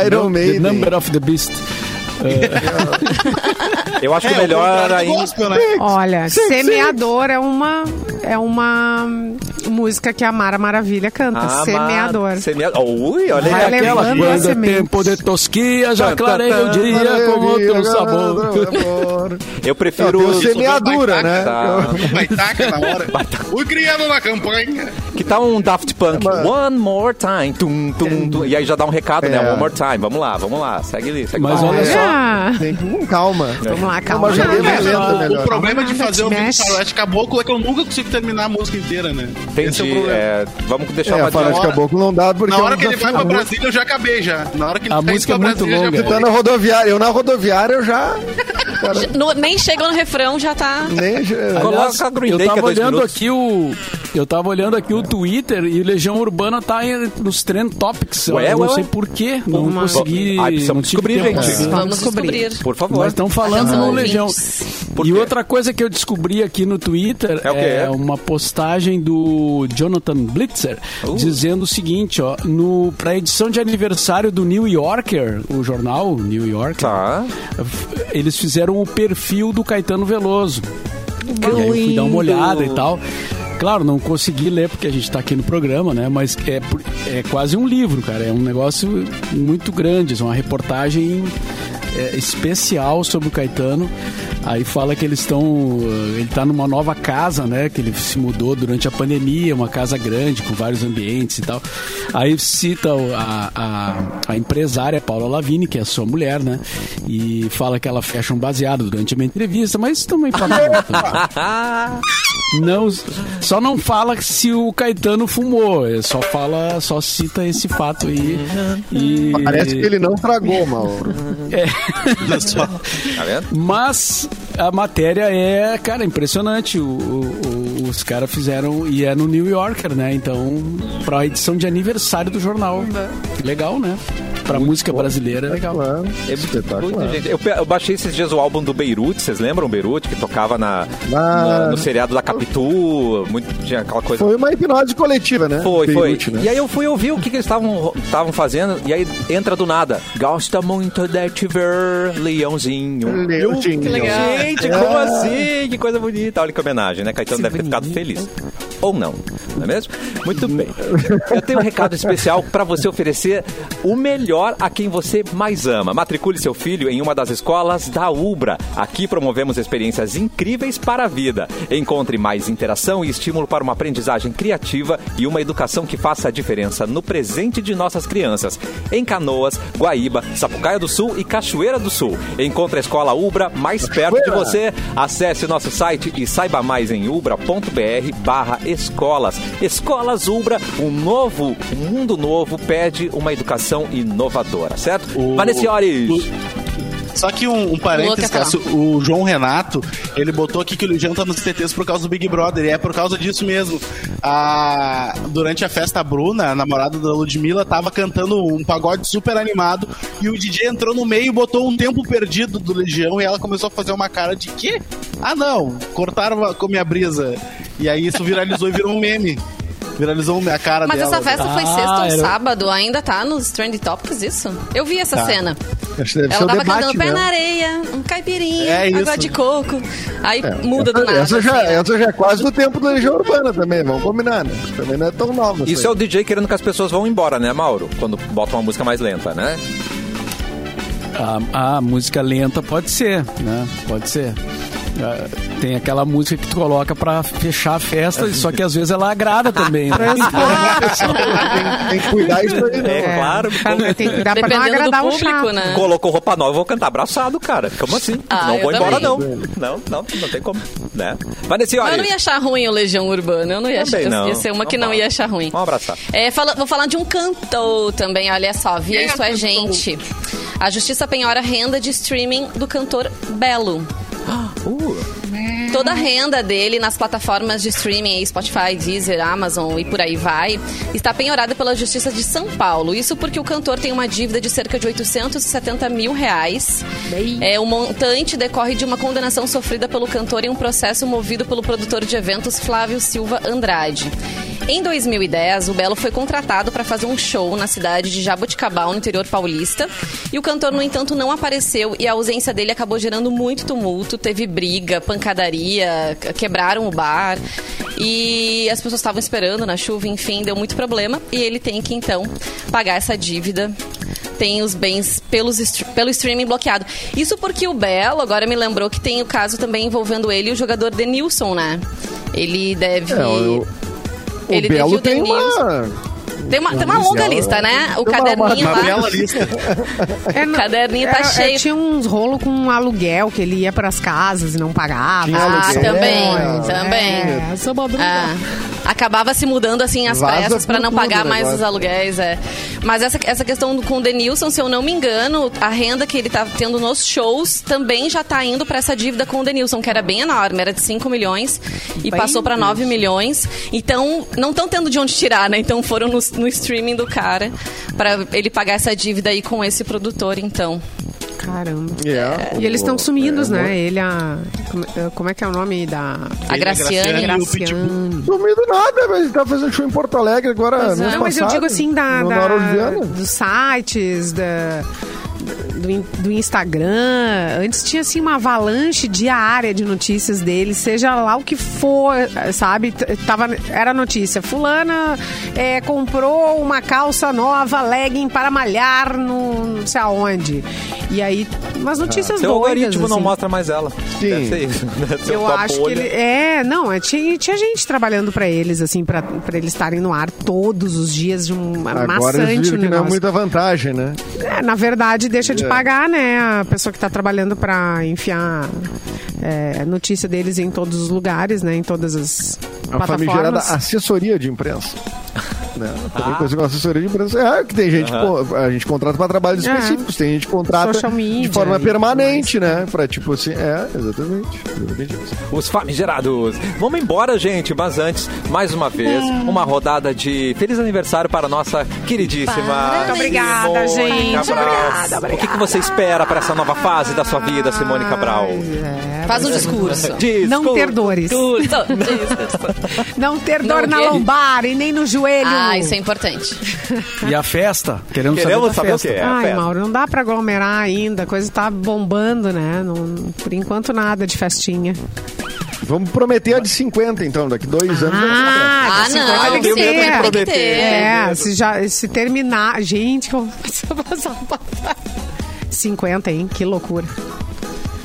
S5: Iron
S6: The
S5: Maiden.
S6: Number of the Beast.
S1: Eu
S6: É,
S1: acho que o melhor ainda.
S2: gospel, né?
S3: bom. Olha, Semeador é uma é uma música que a Mara Maravilha canta,
S1: Ah,
S3: Semeador.
S1: mas- Semeador. Ui, olha
S3: Vai
S1: aí.
S3: levar.
S1: aquela.
S3: Levando a
S6: Quando é
S3: semente.
S6: tempo de tosquia, já
S1: Tan, tan,
S6: clarei o
S1: tan.
S6: dia com
S5: um
S6: outro sabor.
S5: sabor.
S1: Eu
S5: Eu
S1: prefiro.
S5: tenho semeadura, um né?
S1: Tá.
S2: Vai taca na hora. Fui criado na campanha.
S1: Que tal um Daft Punk?
S5: É, Mas-
S1: One more time. Tum, tum, tum. E aí já dá um recado, né?
S5: É.
S1: One more time. Vamos lá, vamos lá. Segue ali. Segue
S6: Mas
S1: lá.
S6: olha só.
S3: Ah,
S5: Tem que ir com
S1: É,
S5: calma. É,
S3: vamos lá,
S5: Não,
S3: calma.
S5: mas já dei mais
S2: É,
S6: né,
S5: lenta,
S2: o, o
S5: melhor.
S2: problema de
S3: Nada
S2: fazer
S3: te
S2: o vídeo
S3: mexe.
S2: Salete Caboclo é que eu nunca consigo terminar a música inteira, né? Esse é o
S1: Entendi.
S2: problema.
S1: É, vamos deixar
S5: É,
S1: uma
S5: a farofa de
S1: hora.
S5: caboclo não dá porque
S2: Na hora
S5: eu
S2: que ele
S5: já
S2: vai
S5: fui
S2: pra
S5: muito.
S2: Brasília, eu já acabei já. Na hora que ele
S6: A
S2: tá
S6: música
S2: indo pra
S6: é muito
S2: Brasília,
S6: longa.
S2: eu já
S5: Tá na rodoviária. Eu na rodoviária eu já. Cara,
S4: No- nem chega no refrão, já tá.
S5: nem.
S1: Coloca a Green
S6: eu
S1: Day, que é
S6: tava
S1: dois
S6: olhando
S1: minutos.
S6: aqui o eu tava olhando aqui o Twitter e Legião Urbana tá em- nos trend topics. Eu
S1: Ué,
S6: não
S1: ué, ué.
S6: sei porquê, não
S3: Vamos.
S6: consegui,
S1: Ai, precisamos
S6: não tive
S1: descobrir,
S6: tempo.
S1: gente.
S6: de ver.
S4: Vamos
S3: descobrir.
S4: descobrir. Tá,
S1: Por favor.
S6: Mas estão É. falando
S4: Atenção,
S6: no Legião.
S4: ouvintes.
S1: Por
S6: E
S1: quê?
S6: outra coisa que eu descobri aqui no Twitter
S1: É o quê?
S6: é, uma postagem do Jonathan Blitzer
S1: Uh.
S6: dizendo o seguinte, ó, no pra edição de aniversário do New Yorker, o jornal New Yorker,
S1: Tá.
S6: eles fizeram o perfil do Caetano Veloso. E aí eu fui dar uma olhada e tal. Claro, não consegui ler porque a gente tá aqui no programa, né? Mas é, por- é quase um livro, cara. É um negócio muito grande. É uma reportagem é, especial sobre o Caetano. Aí fala que eles estão. uh, Ele tá numa nova casa, né? Que ele se mudou durante a pandemia, uma casa grande, com vários ambientes e tal. Aí cita o- a, a, a empresária Paula Lavigne, que é sua mulher, né? E fala que ela fecha um baseado durante uma entrevista, mas isso também pode né? não, só não fala se o Caetano fumou, ele só fala, só cita esse fato aí. E- É.
S5: Parece que ele não tragou, Mauro.
S2: Olha só.
S1: Tá vendo?
S6: Mas a matéria é, cara, impressionante. O- o- o- os caras fizeram e é no New Yorker, né? Então, pra edição de aniversário do jornal. Legal, né? Pra música brasileira, é legal.
S5: Claro.
S1: É muito,
S5: Espetacular.
S1: gente. Eu, pe- eu baixei esses dias o álbum do Beirute, vocês lembram o Beirute? Que tocava na,
S5: Ah.
S1: na- no seriado da Capitu, muito, tinha aquela coisa
S5: Foi uma hipnose coletiva, né?
S1: Foi,
S5: Beirute,
S1: foi.
S5: né?
S1: E aí eu fui ouvir o que, que eles estavam estavam fazendo, e aí entra do nada. Gosta muito de te ver, leãozinho.
S5: Leontinho.
S1: Gente, como assim? Que coisa bonita. Olha que homenagem, né? Caetano deve ter ficado feliz. Ou não, não é mesmo? Muito bem. Eu tenho um recado especial para você oferecer o melhor a quem você mais ama. Matricule seu filho em uma das escolas da Ubra. Aqui promovemos experiências incríveis para a vida. Encontre mais interação e estímulo para uma aprendizagem criativa e uma educação que faça a diferença no presente de nossas crianças. Em Canoas, Guaíba, Sapucaia do Sul e Cachoeira do Sul. Encontre a escola Ubra mais perto de você. Acesse nosso site e saiba mais em ubra.br barra escolas. Escolas Ubra, um novo, um mundo novo pede uma educação inovadora, certo?
S2: O-
S1: Vanessiores!
S2: Só que um, um
S4: Louca
S2: parênteses,
S4: falar.
S2: Cássio, o João Renato, ele botou aqui que o Legião tá nos TTs por causa do Big Brother, e é por causa disso mesmo. A- durante a festa, a Bruna, a namorada da Ludmilla, tava cantando um pagode super animado, e o DJ entrou no meio e botou um tempo perdido do Legião, e ela começou a fazer uma cara de quê? Ah não, cortaram a, com minha brisa. E aí isso viralizou e virou um meme. Viralizou a cara
S4: Mas
S2: dela.
S4: essa festa foi
S6: Ah,
S4: sexta ou
S6: era-
S4: sábado, ainda tá nos Trend Topics isso? Eu vi essa
S2: Tá.
S4: cena.
S5: Acho que deve ser
S4: Ela
S5: o
S4: tava
S5: debate,
S4: cantando pé
S5: né?
S4: na areia, um caipirinha,
S2: É isso.
S4: água de coco. Aí
S5: É,
S4: muda
S5: essa,
S4: do nada.
S5: Essa já,
S4: assim, né?
S5: essa já é quase do tempo da Legião Urbana também, vamos combinar, né? Também não é tão nova.
S1: Isso é o DJ querendo que as pessoas vão embora, né, Mauro? Quando bota uma música mais lenta, né?
S6: A, a música lenta pode ser, né? Pode ser. Ah, Tem aquela música que tu coloca pra fechar a festa, só que às vezes ela agrada também. Né?
S5: tem, tem que cuidar isso aí, né?
S1: É, claro.
S3: Pra- Tem que cuidar pra não
S4: Dependendo
S3: agradar
S4: do
S3: o chato.
S4: público, né?
S1: Colocou roupa nova, eu vou cantar abraçado, cara. Como assim?
S4: Ah,
S1: não vou
S4: eu
S1: embora, não.
S4: também.
S1: Não, não, não tem como. Né? Vanessa,
S4: Mas
S1: olha.
S4: eu não ia achar ruim o Legião Urbana. Eu não ia achar.
S1: Também não.
S4: Ia ser uma que não
S1: Vamos
S4: ia
S1: lá.
S4: achar ruim.
S1: Vamos abraçar.
S4: É, fala- vou falar de um cantor também, olha só. Via Isso é Gente. A justiça penhora a renda de streaming do cantor Belo. Toda a renda dele nas plataformas de streaming, aí, Spotify, Deezer, Amazon e por aí vai, está penhorada pela Justiça de São Paulo. Isso porque o cantor tem uma dívida de cerca de 870 mil reais. É, o montante decorre de uma condenação sofrida pelo cantor em um processo movido pelo produtor de eventos Flávio Silva Andrade. Em 2010, o Belo foi contratado para fazer um show na cidade de Jaboticabal, no interior paulista. E o cantor, no entanto, não apareceu e a ausência dele acabou gerando muito tumulto. Teve briga, pancadaria, que- quebraram o bar. E as pessoas estavam esperando na chuva, enfim, deu muito problema. E ele tem que, então, pagar essa dívida. Tem os bens pelos str- pelo streaming bloqueado. Isso porque o Belo agora me lembrou que tem o caso também envolvendo ele e o jogador Denilson, né? Ele deve.
S5: É, o- O
S4: Ele
S5: Belo
S4: decidiu
S5: tem
S4: Denilson.
S5: uma...
S4: Tem uma, tem uma longa lista, né? O
S5: Tem uma-
S4: caderninho
S5: uma-
S2: Uma
S4: lá.
S2: bela lista.
S3: É, não-
S4: caderninho tá
S3: é, é,
S4: cheio.
S3: tinha uns rolos com um aluguel que ele ia pras casas e não pagava.
S5: Tinha
S4: Ah,
S5: aluguel.
S4: também,
S5: É,
S4: também.
S3: É, sou madruga.
S4: Ah, acabava se mudando assim as
S5: Vaza
S4: peças pra não
S5: por tudo
S4: pagar
S5: o
S4: mais os
S5: negócio.
S4: aluguéis, é. Mas essa, essa questão do- com o Denilson, se eu não me engano, a renda que ele tá tendo nos shows também já tá indo pra essa dívida com o Denilson, que era bem enorme, era de 5 milhões e passou pra 9 milhões. Então, não estão tendo de onde tirar, né? Então foram no, no streaming do cara pra ele pagar essa dívida aí com esse produtor, então.
S3: Caramba.
S5: É,
S3: E eles
S5: o-
S3: estão sumidos,
S5: é,
S3: né? Ele, a. como- eh, Como é que é o nome da.
S4: A Graciane.
S2: Graciane. E o
S3: Graciane.
S5: Sumido nada, mas ele tá fazendo show em Porto Alegre agora.
S4: Pois é.
S5: mês
S3: Não, mas eu assim,
S5: passado,
S3: digo assim, da,
S5: no
S3: da-
S5: Norwegiana.
S3: dos sites, da. do, do Instagram. Antes tinha assim uma avalanche diária de notícias dele, seja lá o que for, sabe? T- Tava, era notícia. Fulana é, comprou uma calça nova, legging para malhar no não sei aonde. E aí, umas notícias
S1: Seu Ah,
S3: doidas.
S1: um algoritmo não
S3: assim.
S1: mostra mais ela. Deve ser isso. né? Deve ser
S3: Eu
S1: tua
S3: acho que
S1: bolha.
S3: ele. É, não, é, tinha, tinha gente trabalhando pra eles, assim, pra, pra eles estarem no ar todos os dias de um
S5: Agora eles
S3: maçante
S5: viram
S3: o
S5: que não é
S3: negócio.
S5: muita vantagem, né?
S3: É, na verdade, deixa de
S5: É.
S3: pagar, né? A pessoa que tá trabalhando pra enfiar é, notícia deles em todos os lugares, né? Em todas as
S5: A famigerada
S3: plataformas.
S5: assessoria de imprensa. Né?
S3: Ah.
S5: Também conhecido como assessoria de imprensa. É, que tem gente, que con- a gente contrata para trabalhos
S3: É.
S5: específicos, tem gente que contrata
S3: Social media
S5: de forma
S3: e
S5: permanente, né? Para tipo assim, é, exatamente. exatamente isso.
S1: Os famigerados. Vamos embora, gente, mas antes, mais uma vez,
S3: Ah.
S1: uma rodada de feliz aniversário para a nossa queridíssima.
S4: Muito
S3: obrigada,
S1: Simone
S3: gente.
S1: Cabral.
S3: Obrigada,
S1: O que, que você espera para essa nova fase da sua vida, Simone Cabral?
S3: É,
S4: Faz um discurso.
S1: Diz,
S3: Não
S1: com-
S3: ter dores.
S4: Então, diz.
S3: Não ter
S4: Não,
S3: dor na
S4: o quê?
S3: lombar e nem no joelho.
S4: Ah, isso é importante.
S6: E a festa? Queremos,
S1: Queremos
S6: saber
S1: saber
S6: da
S1: o que
S6: festa.
S1: é. a
S3: Tá Ai,
S1: festa.
S3: Mauro, não dá pra aglomerar ainda. A coisa tá bombando, né? Não- por enquanto, nada de festinha.
S5: Vamos prometer a de 50, então, daqui dois anos.
S4: Ah,
S3: assim,
S4: não.
S3: tem que
S1: Deus,
S3: ter.
S1: eu
S4: tem que
S1: prometer.
S4: ter.
S3: É, se, já, se terminar. Gente, como vai passar um papai? 50, hein? Que loucura.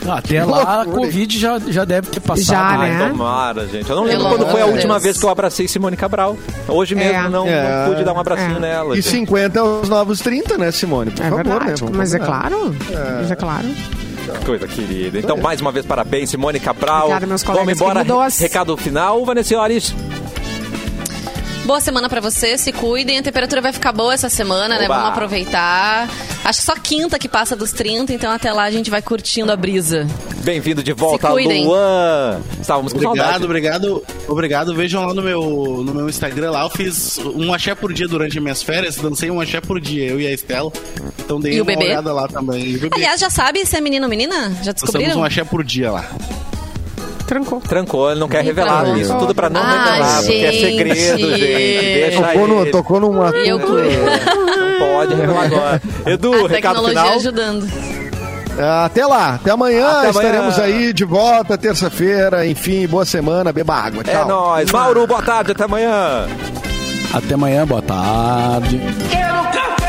S6: Até lá, a
S5: loucura, hein?
S6: Covid já, já deve ter passado.
S3: Já,
S1: Ai,
S6: né?
S3: né?
S1: tomara, gente. Eu não lembro
S4: Pelo
S1: quando
S4: amor
S1: foi a
S4: de
S1: última
S4: Deus.
S1: vez que eu abracei Simone Cabral. Hoje mesmo
S3: É.
S1: não,
S5: É.
S1: não pude dar um abracinho
S3: É.
S1: nela.
S5: E
S1: gente.
S5: 50 é os novos 30, né, Simone? Por
S3: É
S5: favor,
S3: verdade.
S5: né? Vamos
S3: mas é
S5: combinar.
S3: claro. Mas é claro.
S1: Coisa querida. Então, mais uma vez, parabéns, Simone Cabral.
S3: Obrigada, meus
S1: Vamos
S3: colegas
S1: embora.
S3: queridos.
S1: Recado final, Vanessiores.
S4: Boa semana pra você, se cuidem. A temperatura vai ficar boa essa semana, né?
S1: Oba.
S4: Vamos aproveitar. Acho que só quinta que passa dos 30, então até lá a gente vai curtindo a brisa.
S1: Bem-vindo de volta,
S4: Se cuidem.
S1: Luan. Estávamos com
S2: Obrigado,
S1: saudade.
S2: obrigado, obrigado. Vejam lá no meu, no meu Instagram lá. Eu fiz um axé por dia durante minhas férias. Dancei um axé por dia, eu e a Estela. Então dei
S4: E o
S2: uma
S4: bebê?
S2: olhada lá também. E o bebê.
S4: Aliás, já sabe se é menino ou menina? Já
S2: Lançamos
S4: descobriram?
S2: um axé por dia lá.
S3: Trancou.
S1: Trancou, ele não quer
S4: Ih,
S1: revelar
S4: travou.
S1: isso. Tudo pra não
S4: Ah,
S1: revelar, porque é
S4: gente.
S1: segredo, gente. Deixa
S5: Tocou, no,
S1: ele. É,
S5: tocou num assunto.
S4: Eu cu-
S1: Não pode revelar agora. Edu,
S4: a
S1: recado
S4: tecnologia
S1: final.
S4: ajudando.
S5: Ah, Até lá, até amanhã.
S1: Até amanhã.
S5: Estaremos aí de volta, terça-feira. Enfim, boa semana. Beba água. Tchau.
S1: É nóis. Mauro, boa tarde, até amanhã.
S6: Até amanhã, boa tarde.
S7: Eu nunca